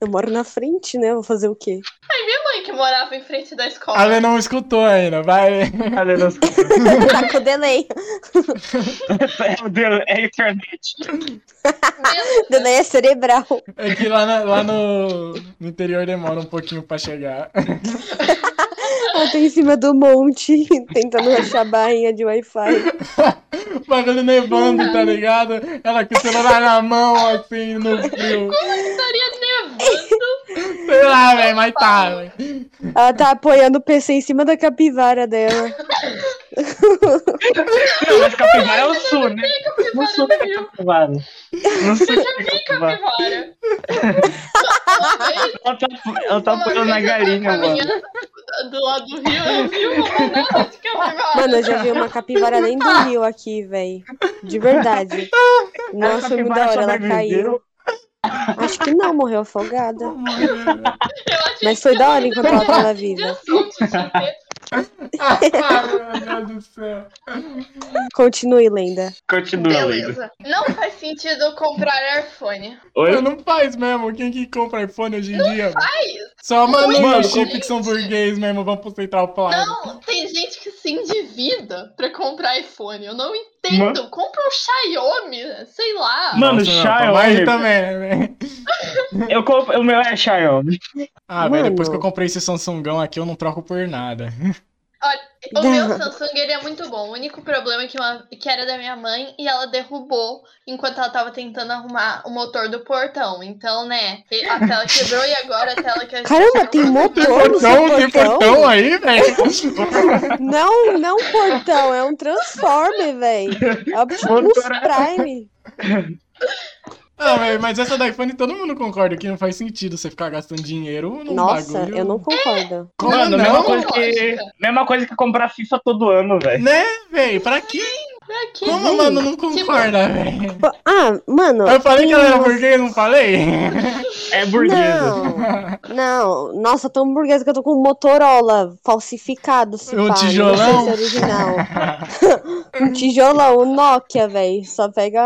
Eu moro na frente, né? Vou fazer o quê? Ai, minha mãe que morava em frente da escola. A é Lê não escutou ainda, vai. Lê. Cadê nosso- Tá com delay. Meu Deus, é a internet. Beleza. Delay é cerebral. É que lá, na- lá no, no interior demora um pouquinho pra chegar. Ela tá em cima do monte, tentando achar a barrinha de Wi-Fi. O bagulho nevando, tá ligado? Ela com o celular na mão, assim, no frio. Estaria nevando. Sei lá, velho, mas tá, velho. Ela tá apoiando o PC em cima da capivara dela. Não, mas capivara é o sul, né? No sul Capivara é do Rio. capivara. No sul Eu já é vi capivara. capivara. Uma vez, Ela tá, ela tá uma apoiando na vez eu tava galinha, mano. caminhando Do lado do rio, eu vi uma manada de capivara. Mano, eu já vi uma capivara nem do rio aqui, véi. De verdade. Nossa, foi muito da hora, ela caiu. Acho que não, morreu afogada. Eu achei Mas foi que da eu hora ia enquanto mudar ela tava de viva. assunto, gente. Ah, meu Deus do céu. Continue, lenda. Continua, Leida. Beleza. Não faz sentido comprar iPhone. Pô, Oi? Não faz mesmo. Quem que compra iPhone hoje em dia? Faz? Só maluco Mano, e chip como- que são burguês mesmo, vão pro Central Plaza. Não, tem gente que se endivida pra comprar iPhone. Eu não entendo. Compra um Xiaomi, sei lá. Mano, Xiaomi. Mas também, né? velho? Eu compro, o meu é Xiaomi. Ah, velho, depois que eu Mano. comprei esse Samsungão aqui, eu não troco por nada. O meu Samsung ele é muito bom. O único problema é que, uma- que era da minha mãe e ela derrubou enquanto ela tava tentando arrumar o motor do portão. Então, né, a tela quebrou e agora a tela que a gente tá Caramba, tem arrumou- motor no seu tem portão? portão aí, velho? Não, não um portão, é um transformer, véi. É o Optimus é Prime. Ah, velho, mas essa do iPhone todo mundo concorda que não faz sentido você ficar gastando dinheiro num Nossa, um bagulho. eu não concordo. Como Mano, não? mesma coisa, que, mesma coisa que comprar FIFA todo ano, velho. Né, velho? Pra quê? Pra é aqui. Como a mano não concorda, velho? Ah, mano. Eu falei que ela era nossa. burguesa, não falei? É burguesa. Não, não. Nossa, tão hamburguesa que eu tô com um Motorola falsificado. Se Um pá, não sei tijolão? se é original. um tijolão, um Nokia, velho. Só pega.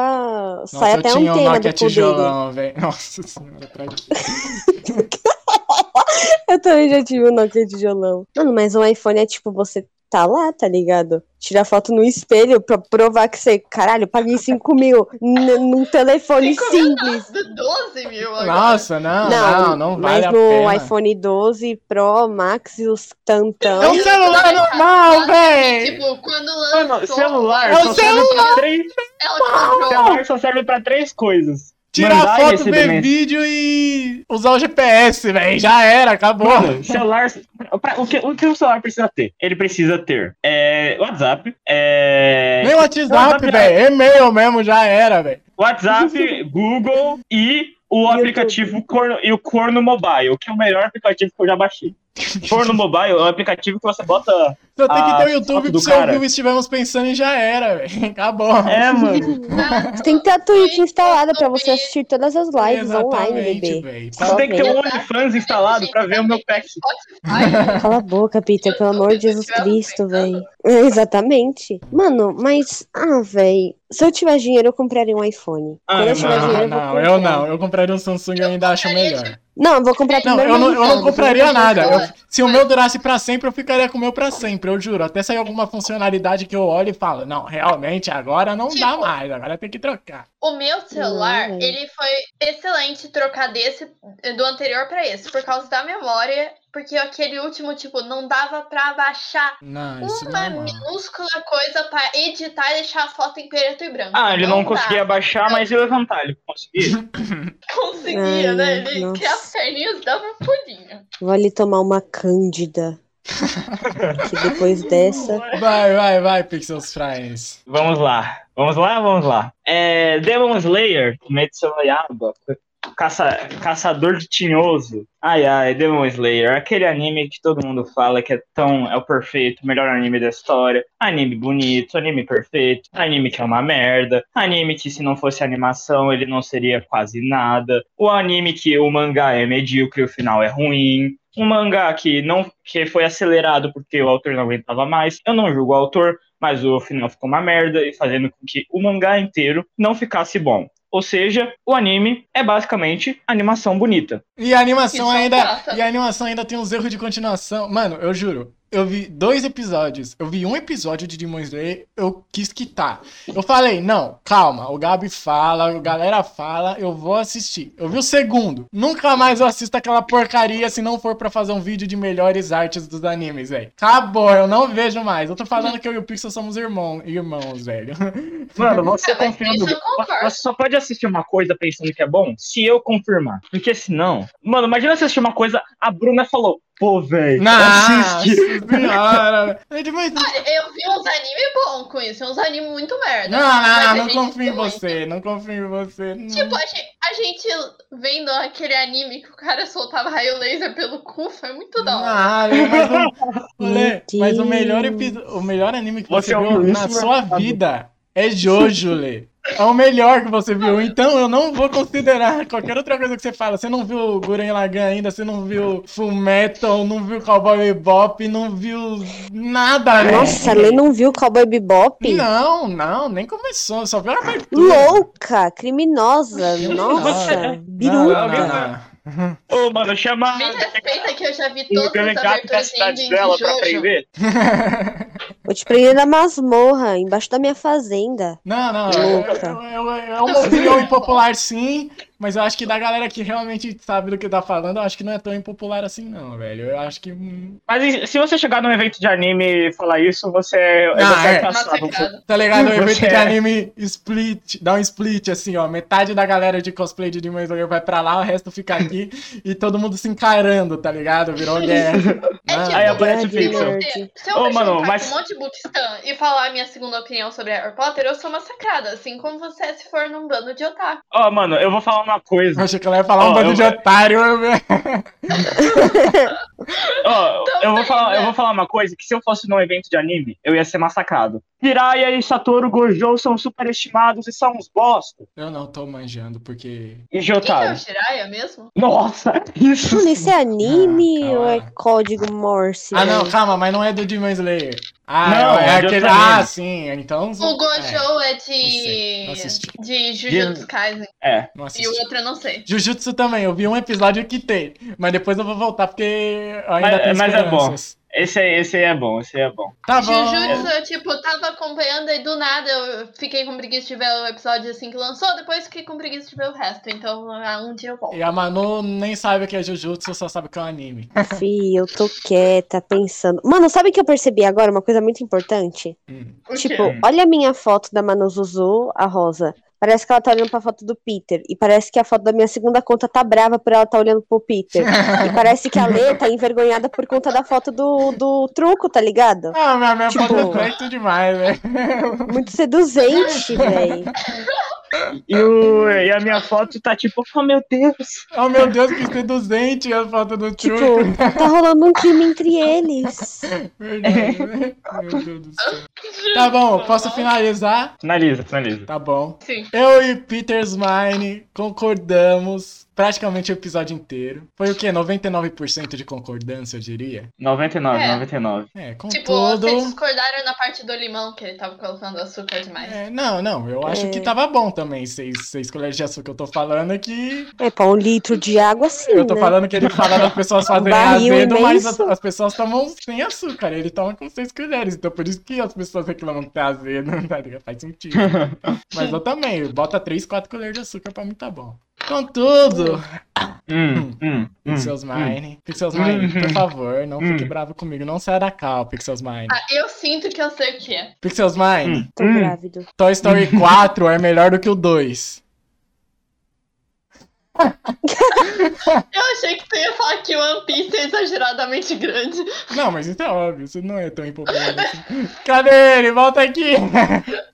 Sai Nossa, eu até um tinha um tema Nokia do cu dele. tijolão, velho. Nossa senhora, pra Eu também já tive um Nokia tijolão. Mano, mas um iPhone é tipo você. Tá lá, tá ligado? Tirar foto no espelho pra provar que você. Caralho, paguei 5 mil n- num telefone Cinco mil simples. 12 mil agora. Nossa, não, não, não, vale mas a no pena. iPhone 12 Pro Max e os É tantão. um celular normal, velho! Tipo, quando lançou. Mano, celular É o só serve pra três. Ela comprou. Celular só serve pra três coisas. Tirar Mandar e foto, receber ver mensagem. vídeo e usar o GPS, velho. Já era, acabou. Mano, Celular. pra- o, que, o que o celular precisa ter? Ele precisa ter é, WhatsApp, Nem é, o WhatsApp, WhatsApp, velho. E-mail mesmo, já era, velho. WhatsApp, Google e o YouTube. aplicativo Corno, e o Corno Mobile, que é o melhor aplicativo que eu já baixei. Corno Mobile é um aplicativo que você bota. Só tem que Ah, ter o foto YouTube pra do você cara. ouvir o que estivemos pensando e já era, velho. Acabou. É, mano. Tem que ter a Twitch instalada pra você assistir todas as lives online, Exatamente, bebê. velho. Só Você tem que ter ver. um OnlyFans instalado pra ver o meu pack. Spotify. Cala a boca, Peter, pelo amor de Jesus Cristo, velho. Exatamente. Mano, mas. Ah, velho. Se eu tivesse dinheiro, eu compraria um iPhone. Ah, Quando eu tiver imagina, Tá Não, dinheiro, eu não, vou eu comprar. não. Eu compraria um Samsung e eu ainda acho melhor. Não, eu vou comprar Não, primeiro. eu não, um eu não iPhone. compraria nada. Eu- se o né? Mas- meu durasse pra sempre, eu ficaria com o meu pra sempre, eu juro. Até sair alguma funcionalidade que eu olho e falo, não, realmente agora não dá Tipo- mais, agora tem que trocar. O meu celular, Não, velho. ele foi excelente trocar desse do anterior pra esse, por causa da memória, porque aquele último tipo não dava pra baixar Não, é isso uma não. mano. minúscula coisa pra editar e deixar a foto em preto e branco. Ah, ele não dá. conseguia baixar, mas ele levantar. Ele conseguia. Conseguia, Ai, né? Ele nossa. que as perninhas dava um pulinho. Vou ali tomar uma Cândida. que depois dessa. Vai, vai, vai, Pixels Friends. Vamos lá. Vamos lá, vamos lá. É, Demon Slayer, Metsu no Yaiba, caça, Caçador de Tinhoso. Ai, ai, Demon Slayer, aquele anime que todo mundo fala que é tão, é o perfeito, o melhor anime da história. Anime bonito, anime perfeito, anime que é uma merda, anime que se não fosse animação ele não seria quase nada. O anime que o mangá é medíocre, o final é ruim um mangá que não que foi acelerado porque o autor não aguentava mais. Eu não julgo o autor, mas o final ficou uma merda e fazendo com que o mangá inteiro não ficasse bom. Ou seja, o anime é basicamente animação bonita. E a animação Isso é um ainda. fato. E a animação ainda tem uns erros de continuação. Mano, eu juro. Eu vi dois episódios. Eu vi um episódio de Demon Slayer, eu quis quitar. Eu falei, não, calma, o Gabi fala, a galera fala, eu vou assistir. Eu vi o segundo. Nunca mais eu assisto aquela porcaria se não for pra fazer um vídeo de melhores artes dos animes, velho. Acabou, eu não vejo mais. Eu tô falando que eu e o Pixel somos irmão, irmãos, velho. Mano, você É, mas confiando. isso eu concordo. Você só pode assistir uma coisa pensando que é bom se eu confirmar. Porque senão. Mano, imagina assistir uma coisa, a Bruna falou, pô, velho, Nossa assiste. senhora. É demais. Não, Ah, Eu vi uns anime bom com isso, uns anime muito merda. Mas não, a não, não gente confio em muito. você, não confio em você. não. Uhum. Tipo, a gente, a gente vendo aquele anime que o cara soltava raio laser pelo cu, foi muito da hora. Ah, mas, o, Meu Lê, mas o melhor Deus. episo- o melhor anime que Você você, é um viu na mísero sua errado. vida é Jojo, Lê. É o melhor que você viu. Então eu não vou considerar qualquer outra coisa que você fala. Você não viu Guren Lagan ainda, você não viu Full Metal, não viu Cowboy Bebop, não viu nada, né? Nossa, Lê não viu Cowboy Bebop? Não, não, nem começou. Só viu a abertura. Louca, criminosa, nossa, Não, não, biruta. não. Ô, mano, chama. Me respeita que eu já vi O todas as delegado da aberturas assim de cidade ending de dela pra Jojo. aprender. Vou te prender na masmorra, embaixo da minha fazenda. Não, não, Louca. é, é- é- é uma opinião impopular sim, mas eu acho que da galera que realmente sabe do que tá falando, eu acho que não é tão impopular assim não, velho. Eu acho que... hum, Mas se você chegar num evento de anime e falar isso, você é, Ah, você é. caçado. Massacrado. Tá ligado? O evento Você de é. anime split, dá um split assim, ó. Metade da galera de cosplay de Demon Slayer vai pra lá, o resto fica aqui e todo mundo se encarando, tá ligado? Virou guerra. É Não, tipo, Ah, Aí aparece o Verdade, Pixel. nerd. Se eu Ô, me mano, juntar mas- com um monte de bookstã e falar a minha segunda opinião sobre Harry Potter, eu sou massacrada, assim como você é se for num bando de otaku. Ó, mano, eu vou falar uma coisa. Eu achei que ela ia falar um Ó, bando eu- de otário. eu- Ó, eu, vou Também, falar, né? eu vou falar uma coisa, que se eu fosse num evento de anime, eu ia ser massacrado. Jiraiya e Satoru Gojo são superestimados e são uns bosta. Eu não tô manjando, porque. E Quem que é o Jotaro. Jiraiya mesmo? Nossa, isso. Mano, isso é anime Ah, ou é cara. código Morse? Ah, não, velho? calma, mas não é do Demon Slayer. Ah, Não, é é de aquele. outro anime. Ah, sim, então. O É, Gojo é, sei, não assisti. de. de Jujutsu Kaisen. É. não E assisti. o outro eu não sei. Jujutsu também, eu vi um episódio que tem, mas depois eu vou voltar porque ainda Mas- tem mas é bom. esperanças. Esse aí, esse aí é bom, esse aí é bom. Tá bom. Jujutsu, eu, tipo, tava acompanhando e do nada eu fiquei com preguiça de ver o episódio assim que lançou, depois fiquei com preguiça de ver o resto. Então, ah, um dia eu volto. E a Manu nem sabe o que é Jujutsu, só sabe que é um anime. né? Fih, eu tô quieta, pensando. Mano, sabe o que eu percebi agora? Uma coisa muito importante? Hum. O tipo, quê? olha a minha foto da Manu Zuzu, a rosa. Parece que ela tá olhando pra foto do Peter. E parece que a foto da minha segunda conta tá brava por ela tá olhando pro Peter. E parece que a Lê tá envergonhada por conta da foto do, do truco, tá ligado? Ah, minha, minha Tipo- foto é preto demais, né? Muito seduzente, velho. E, o- e a minha foto tá tipo, oh meu Deus. Oh meu Deus, que seduzente a foto do Tipo, Truco. tá rolando um crime entre eles. Tipo- Verdade, né? Meu Deus do céu. Tá bom, posso finalizar? Finaliza, finaliza. Tá bom. Sim. Eu e Peter Smine concordamos praticamente o episódio inteiro. Foi o quê? 99% de concordância, eu diria? 99, É. 99. É, Tipo, contudo... vocês discordaram na parte do limão, que ele tava colocando açúcar demais. É, não, não, eu acho que tava bom também. Seis, seis colheres de açúcar que eu tô falando é que. É, pra um litro de água, sim, Eu tô né? falando que ele fala das pessoas fazerem Barril azedo, mas as, imenso. as pessoas tomam sem açúcar. Ele toma com seis colheres. Então por isso que as pessoas reclamam que tá azedo, tá ligado? Faz sentido. Hum, Mas eu também, bota três, quatro colheres de açúcar pra mim tá bom. Contudo, Hum, hum, hum, Pixels hum. Mine, Pixels Mine, por favor, não fique Hum. bravo comigo, não saia da cal, Pixels Mine. Ah, eu sinto que eu sei o que é. Pixels Mine, Hum, Tô hum. grávido. Toy Story 4 é melhor do que o 2. Eu achei que tu ia falar que o One Piece é exageradamente grande. Não, mas isso é óbvio, isso não é tão impopular assim. Cadê ele? Volta aqui!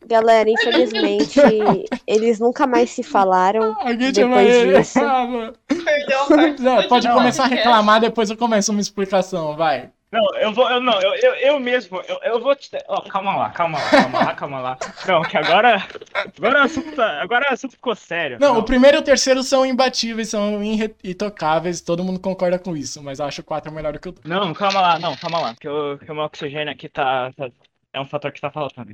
Galera, infelizmente, eles nunca mais se falaram. Alguém chama Depois ele. disso. Ah, mano. Perdeu a parte. Não, pode Não, começar a podcast. reclamar, depois eu começo uma explicação, vai. Não, eu vou, eu não, eu, eu, eu mesmo, eu, eu vou te. Ó, calma lá, calma lá, calma lá, calma lá. Não, que agora. Agora o assunto, tá- agora o assunto ficou sério. Não, o primeiro e o terceiro são imbatíveis, são irre- intocáveis, todo mundo concorda com isso, mas eu acho o 4 melhor do que o 2. Não, calma lá, não, calma lá, que, o que o meu oxigênio aqui tá, tá- É um fator que tá faltando.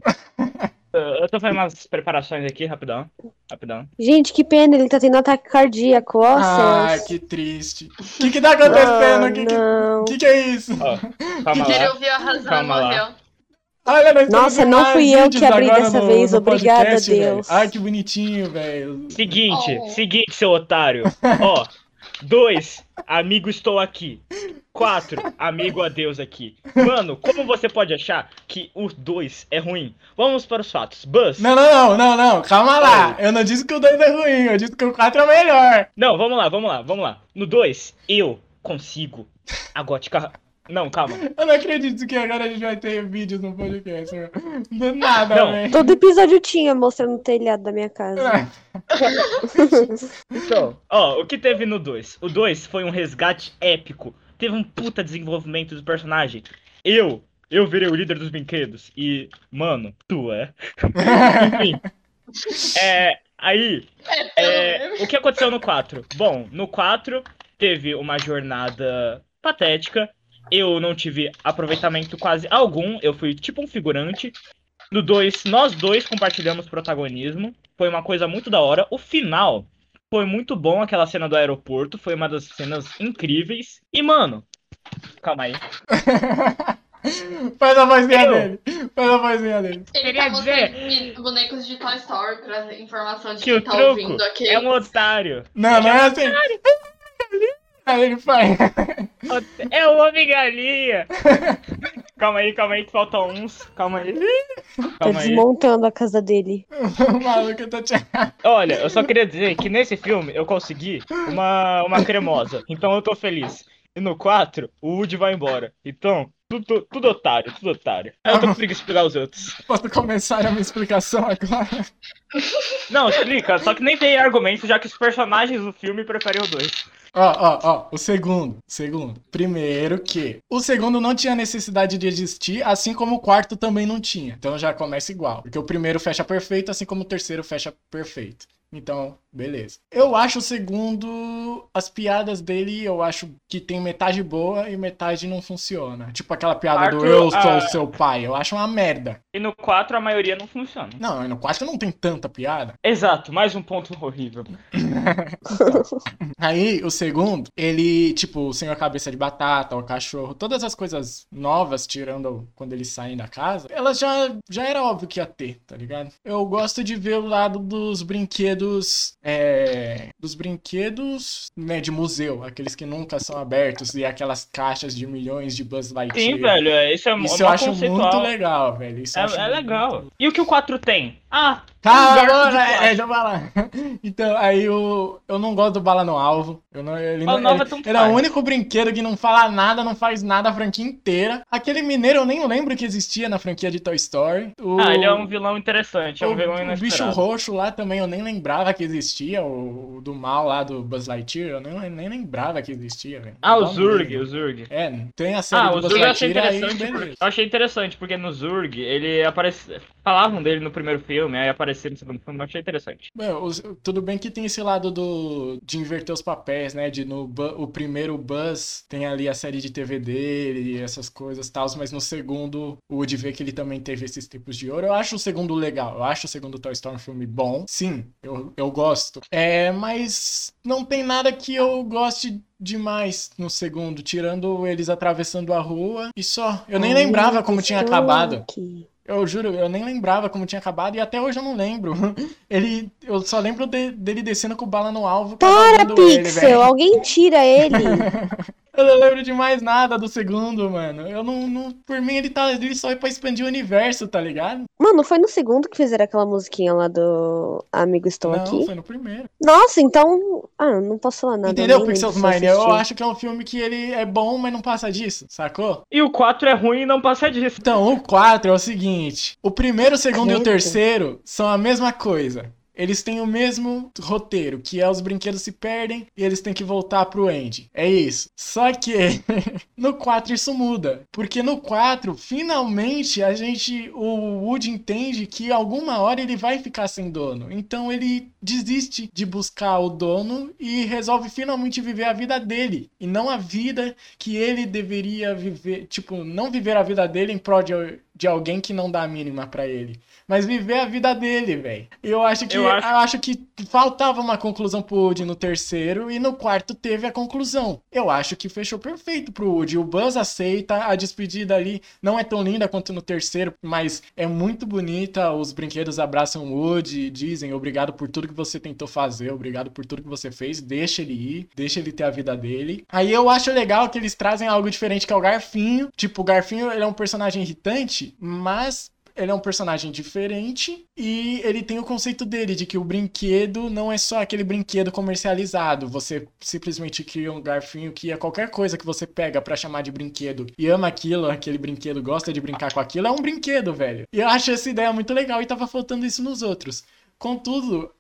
Eu, eu tô fazendo umas preparações aqui, rapidão. Rapidão. Gente, que pena, ele tá tendo ataque cardíaco, ó, Ah, Celso. que triste. O que que tá acontecendo? O que, que, Ah, não. que que é isso? Ó, calma Ele lá. ouviu a razão e Calma lá. morreu. Olha, nós temos Nossa, não mais fui eu vídeos que abri agora dessa vez, obrigada, podcast, velho. Deus. Ai, que bonitinho, velho. Seguinte, Oh. seguinte, seu otário. Ó, dois, amigo estou aqui. Quatro, amigo adeus aqui. Mano, como você pode achar que o dois é ruim? Vamos para os fatos. Buzz. Não, não, não, não, não, calma lá. Eu não disse que o 2 é ruim, eu disse que o 4 é o melhor. Não, vamos lá, vamos lá, vamos lá. No dois, eu consigo a gótica. Não, calma. Eu não acredito que agora a gente vai ter vídeos no podcast. meu. Do nada, Não. velho. Todo episódio tinha mostrando o telhado da minha Ah, casa. Então, ó, o que teve no 2? O 2 foi um resgate épico. Teve um puta desenvolvimento do personagem. Eu, eu virei o líder dos brinquedos. E, mano, tu é. Enfim. É, aí, É, pelo é, menos. o que aconteceu no 4? Bom, no 4 teve uma jornada patética. Eu não tive aproveitamento quase algum. Eu fui tipo um figurante. No 2, nós dois compartilhamos protagonismo. Foi uma coisa muito da hora. O final foi muito bom, aquela cena do aeroporto. Foi uma das cenas incríveis. E, mano. Calma aí. Faz a vozinha Eu. dele. Faz a vozinha dele. Ele queria tá mostrando bonecos de Toy Story pra informação de Que quem o tá truco ouvindo aqui. é um otário. Não, não é assim. Aí ele faz. É o homem galinha. calma aí, calma aí, que faltam uns. Calma aí. Tá Calma aí. desmontando a casa dele. O maluco tá te. Olha, eu só queria dizer que nesse filme eu consegui uma, uma cremosa. Então eu tô feliz. E no 4, o Woody vai embora. Então, Tudo, tudo otário, tudo otário. Eu tô com preguiça de pegar os outros. Posso começar a minha explicação agora? Não, explica, só que nem tem argumento, já que os personagens do filme preferem o dois. Ó, ó, ó, o segundo, segundo. Primeiro que o segundo não tinha necessidade de existir, assim como o quarto também não tinha. Então já começa igual, porque o primeiro fecha perfeito, assim como o terceiro fecha perfeito. Então, beleza. Eu acho o segundo, as piadas dele, eu acho que tem metade boa e metade não funciona. Tipo aquela piada do Arthur, eu sou ah. seu pai, eu acho uma merda. E no 4 a maioria não funciona. Não, no quarto não tem tanta piada. Exato, mais um ponto horrível. Aí, o segundo, ele, tipo, o senhor cabeça de batata, o cachorro, todas as coisas novas, tirando quando eles saem da casa, elas já, já era óbvio que ia ter, tá ligado? Eu gosto de ver o lado dos brinquedos, é, dos brinquedos, né, de museu, aqueles que nunca são abertos e aquelas caixas de milhões de Buzz Lightyear. Sim, velho, é- isso é mó- Isso eu mó acho conceitual. muito legal, velho. Isso eu acho É, é muito legal. E o que o 4 tem? Ah, Calma, Lugar de é, plástico. é, já vai lá. Então, aí o, eu não gosto do Bala no Alvo. Eu não, ele Bala não, no Alvo ele- é tão ele é o fácil. único brinquedo que não fala nada, não faz nada a franquia inteira. Aquele mineiro eu nem lembro que existia na franquia de Toy Story. O, ah, ele é um vilão interessante, é o, um vilão o bicho inesperado. roxo lá também eu nem lembrava que existia. O, o do mal lá do Buzz Lightyear, eu nem, nem lembrava que existia, velho. Ah, o Dá um Zurg, medo. o Zurg. É, tem a série Ah, do o Buzz Zurg eu achei Lightyear aí, interessante. beleza. porque- Eu achei interessante, porque no Zurg ele aparece. Falavam dele no primeiro filme, aí apareceu no segundo filme, eu achei interessante. Bom, os- tudo bem que tem esse lado do de inverter os papéis, né? De no Bu- o primeiro Buzz tem ali a série de TV dele e essas coisas tal, mas no segundo o de ver que ele também teve esses tipos de ouro. Eu acho o segundo legal, eu acho o segundo Toy Story um filme bom. Sim, eu, eu gosto. É, mas não tem nada que eu goste demais no segundo, tirando eles atravessando a rua e só. Eu nem lembrava como tinha acabado. Eu juro, eu nem lembrava como tinha acabado e até hoje eu não lembro. Ele, eu só lembro de- dele descendo com bala no alvo. Para, cavando ele, Pixel! velho. alguém tira ele. Eu não lembro de mais nada do segundo, mano. Eu não, não- por mim ele tá, ele só é pra expandir o universo, tá ligado? Mano, foi no segundo que fizeram aquela musiquinha lá do Amigo Estou não, Aqui? foi no primeiro. Nossa, então. Ah, não posso falar nada. Entendeu, nem lembro Pixels se eu Mine? Eu assisti. acho que é um filme que ele é bom, mas não passa disso, sacou? E o 4 é ruim e não passa disso. Então, o 4 é o seguinte: o primeiro, o segundo e o Credo. terceiro são a mesma coisa. Eles têm o mesmo roteiro, que é os brinquedos se perdem e eles têm que voltar pro Andy. É isso. Só que no 4 isso muda. Porque no 4, finalmente, a gente. O Woody entende que alguma hora ele vai ficar sem dono. Então ele desiste de buscar o dono e resolve finalmente viver a vida dele. E não a vida que ele deveria viver, tipo, não viver a vida dele em prol de, de alguém que não dá a mínima pra ele, mas viver a vida dele, velho. Eu acho que eu Eu acho... acho- que faltava uma conclusão pro Woody no terceiro e no quarto teve a conclusão. Eu acho que fechou perfeito pro Woody. O Buzz aceita a despedida ali, não é tão linda quanto no terceiro, mas é muito bonita. Os brinquedos abraçam o Woody, dizem obrigado por tudo que você tentou fazer, obrigado por tudo que você fez. Deixa ele ir, deixa ele ter a vida dele. Aí eu acho legal que eles trazem algo diferente que é o Garfinho. Tipo, o Garfinho ele é um personagem irritante, mas ele é um personagem diferente e ele tem o conceito dele de que o brinquedo não é só aquele brinquedo comercializado. Você simplesmente cria um garfinho que é qualquer coisa que você pega pra chamar de brinquedo e ama aquilo, aquele brinquedo, gosta de brincar com aquilo, é um brinquedo, velho. E eu acho essa ideia muito legal e tava faltando isso nos outros. Contudo,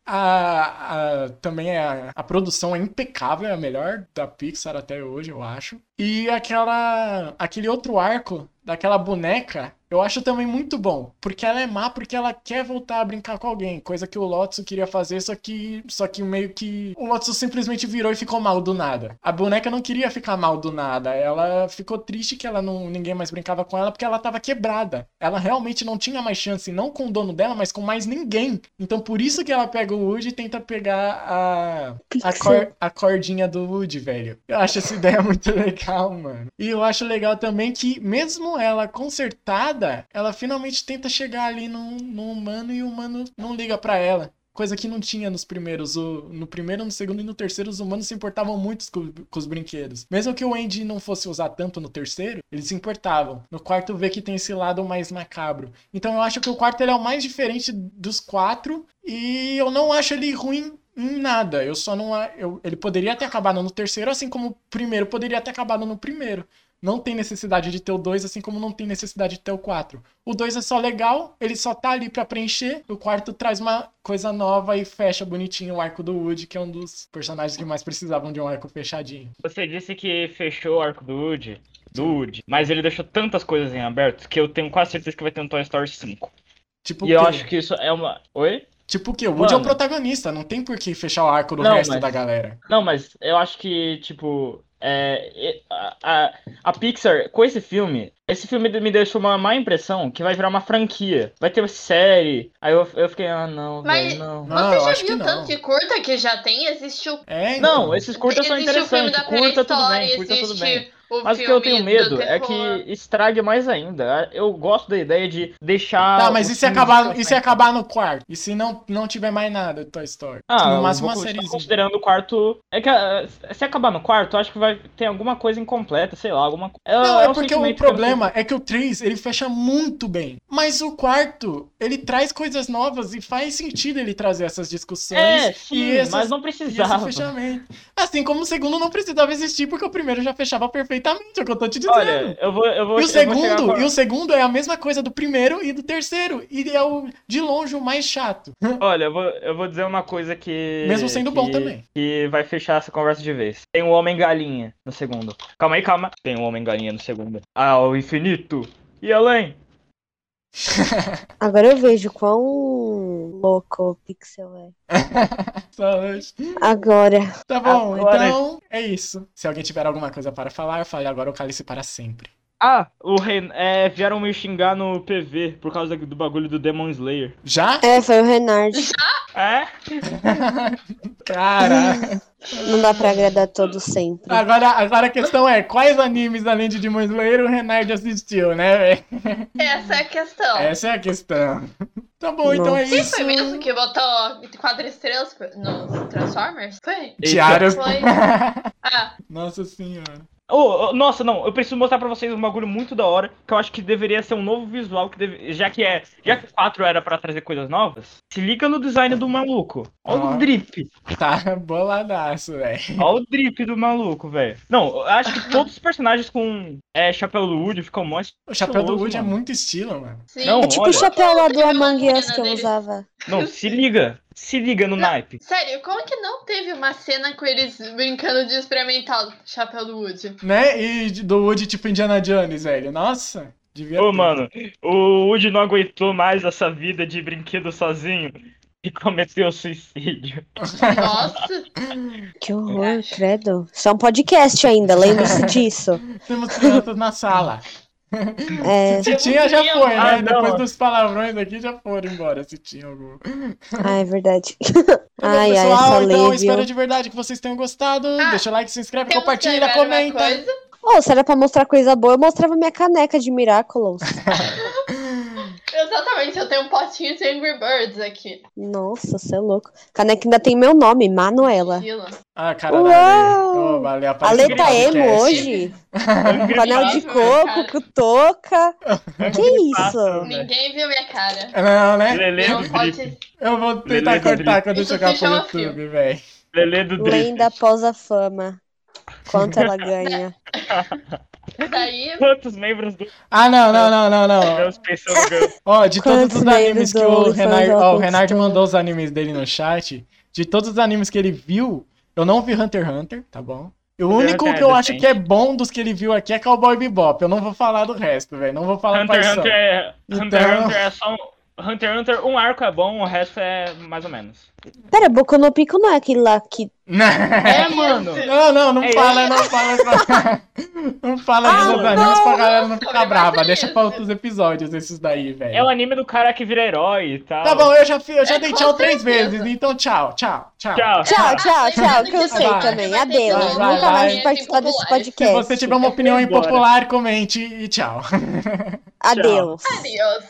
a, a- também a, a produção é impecável, é a melhor da Pixar até hoje, eu acho. E aquela, aquele outro arco daquela boneca, eu acho também muito bom, porque ela é má porque ela quer voltar a brincar com alguém, coisa que o Lotso queria fazer, só que só que meio que o Lotso simplesmente virou e ficou mal do nada. A boneca não queria ficar mal do nada, ela ficou triste que ela não ninguém mais brincava com ela porque ela tava quebrada. Ela realmente não tinha mais chance, não com o dono dela, mas com mais ninguém. Então por isso que ela pega o Woody e tenta pegar a a, Pixel. cor- a cordinha do Woody, velho. Eu acho essa ideia muito legal, mano. E eu acho legal também que, mesmo ela consertada, ela finalmente tenta chegar ali no, no humano e o humano não liga pra ela. Coisa que não tinha nos primeiros. O- no primeiro, no segundo e no terceiro, os humanos se importavam muito com, com os brinquedos. Mesmo que o Andy não fosse usar tanto no terceiro, eles se importavam. No quarto, vê que tem esse lado mais macabro. Então eu acho que o quarto ele é o mais diferente dos quatro. E eu não acho ele ruim em nada. Eu só não. a- Eu, ele poderia ter acabado no terceiro, assim como o primeiro poderia ter acabado no primeiro. Não tem necessidade de ter o 2, assim como não tem necessidade de ter o 4. O 2 é só legal, ele só tá ali pra preencher. O quarto traz uma coisa nova e fecha bonitinho o arco do Wood, que é um dos personagens que mais precisavam de um arco fechadinho. Você disse que fechou o arco do Woody, do Woody, mas ele deixou tantas coisas em aberto que eu tenho quase certeza que vai ter um Toy Story 5. Tipo e eu que- acho que isso é uma. Oi? Tipo o quê? O Woody é o Mano. protagonista, não tem por que fechar o arco do Não, resto mas- da galera. Não, mas eu acho que, tipo. É, e- a, a- a Pixar, com esse filme, esse filme me deixou uma má impressão que vai virar uma franquia. Vai ter série. Aí eu, eu fiquei, ah, não, Mas- velho, não. Não, eu Você já acho que viu não. tanto de curta que já tem? Existe o É, então. Não, esses curtas são existe o filme interessantes. da Curta tudo pré-história, bem, curta tudo existe bem. o Mas o que eu tenho filme do medo é que terror. estrague mais ainda. Eu gosto da ideia de deixar. Tá, mas os e se, filmes acabar, e descansarem. se acabar no quarto? E se não, não tiver mais nada do Toy Story? Tipo, Ah, no máximo eu uma vou- sériezinha. Considerando o quarto. É que ah, se acabar no quarto, eu acho que vai ter alguma coisa incompleta, sei lá, alguma um coisa. Não, é porque o problema é que o 3 ele fecha muito bem. Mas o quarto, ele traz coisas novas e faz sentido ele trazer essas discussões É, sim, e, essas- mas não e esse precisava. fechamento. Assim como o segundo não precisava existir, porque o primeiro já fechava perfeitamente, é o que eu tô te dizendo. Olha, eu vou. Eu vou E o eu vou chegar segundo, a- e o segundo é a mesma coisa do primeiro e do terceiro. E é o de longe o mais chato. Olha, eu vou, eu vou dizer uma coisa que. Mesmo sendo bom É que- também. Que vai fechar essa conversa de vez. Tem um homem galinha no segundo. Calma aí, calma. Tem um homem galinha no segundo. Ao infinito. E além? Agora eu vejo quão louco o Pixel é. Só hoje. Agora. Tá bom, Agora- então é isso. Se alguém tiver alguma coisa para falar, fale agora o cálice para sempre. Ah, o Ren... é, vieram me xingar no PV por causa do bagulho do Demon Slayer. Já? É, foi o Renard. É? Cara, Não dá pra agradar todos sempre. agora, agora a questão é: quais animes além de Demon Slayer o Renard assistiu, né, velho? Essa é a questão. Essa é a questão. Tá bom, então é Quem isso. foi mesmo que botou quatro estrelas nos Transformers? Foi? Diários. Foi. Ah, Nossa senhora. Oh, oh, nossa, não, eu preciso mostrar pra vocês um bagulho muito da hora, que eu acho que deveria ser um novo visual, que deve- já que é, já que o 4 era pra trazer coisas novas, se liga no design do maluco. Olha Ah. o drip, Tá boladaço, velho. olha o drip do maluco, velho. Não, eu acho que todos os personagens com é, chapéu do Woody ficam mó O chapéu do estiloso, Wood é mano. muito estilo, mano. sim. Não, É tipo olha. o chapéu lá do Eu Among lembro Us que eu deles. usava. Não, se liga, se liga no naipe. Sério, como que não teve uma cena com eles brincando de experimentar o chapéu do Woody? Né? E de- do Wood tipo Indiana Jones, velho. Nossa, devia Ô, ter. mano, o Woody não aguentou mais essa vida de brinquedo sozinho e cometeu suicídio. Nossa! Que horror, credo. Isso é um podcast ainda, lembre-se disso. Temos crianças na sala. É, Se tinha, já foi, né? Ah, não. Depois dos palavrões aqui, já foram embora, se tinha algum. ah, é verdade. Tá bom, Ai, ai, pessoal, essa então eu lei, viu? espero de verdade que vocês tenham gostado. Ah, Deixa o like, se inscreve, Temos que compartilha, lembrar uma comenta. coisa. Oh, se era pra mostrar coisa boa, eu mostrava minha caneca de Miraculous. Exatamente, eu tenho um potinho de Angry Birds aqui. Nossa, você é louco. Caneca ainda tem meu nome, Manuela. Gila. Ah, cara, Uau! valeu. valeu A apareceu Lê no tá emo podcast. hoje? Angry Panel de Pássaro, coco, cara. cutoca. Que isso? Ninguém viu minha cara. um Não, né? Lelê Não do drip. pode. Eu vou tentar Beleza, cortar quando Isso chegar se pro chama YouTube, filme. velho. Lelê do drip. Lenda após a fama. Quanto ela ganha? Daí. Quantos membros do Ah, não, não, não, não, não. Deus pensam ganham? Ó, de todos Quantos os animes membros que do o OnlyFans Renard. ela Ó, o conquistou? Renard mandou os animes dele no chat. De todos os animes que ele viu, eu não vi Hunter x Hunter, tá bom? E o Hunter x único Hunter que eu é acho que é bom dos que ele viu aqui é Cowboy Bebop. Eu não vou falar do resto, velho. Não vou falar Hunter quais x são. Hunter é. Hunter x Então- Hunter é só. um- Hunter x Hunter, um arco é bom, o resto é mais ou menos. Pera, Boku no Pico não é aquele lá que. É, mano! Não, não, não É fala, não fala, não fala. Não fala Ah, dessas animes pra galera não Não, ficar mas brava. é Deixa isso. pra outros episódios esses daí, É o velho. anime do cara que vira herói e tal. Tá bom, eu já, fi- eu já É, dei com tchau três certeza. vezes, então tchau, tchau, tchau. Tchau. Tchau, tchau, tchau, que Ah, eu sei Vai. também. Vai, Adeus. vai, Nunca vai. mais participar desse Se podcast. você tiver uma opinião Vambora. impopular, comente e tchau. Adeus. Adeus.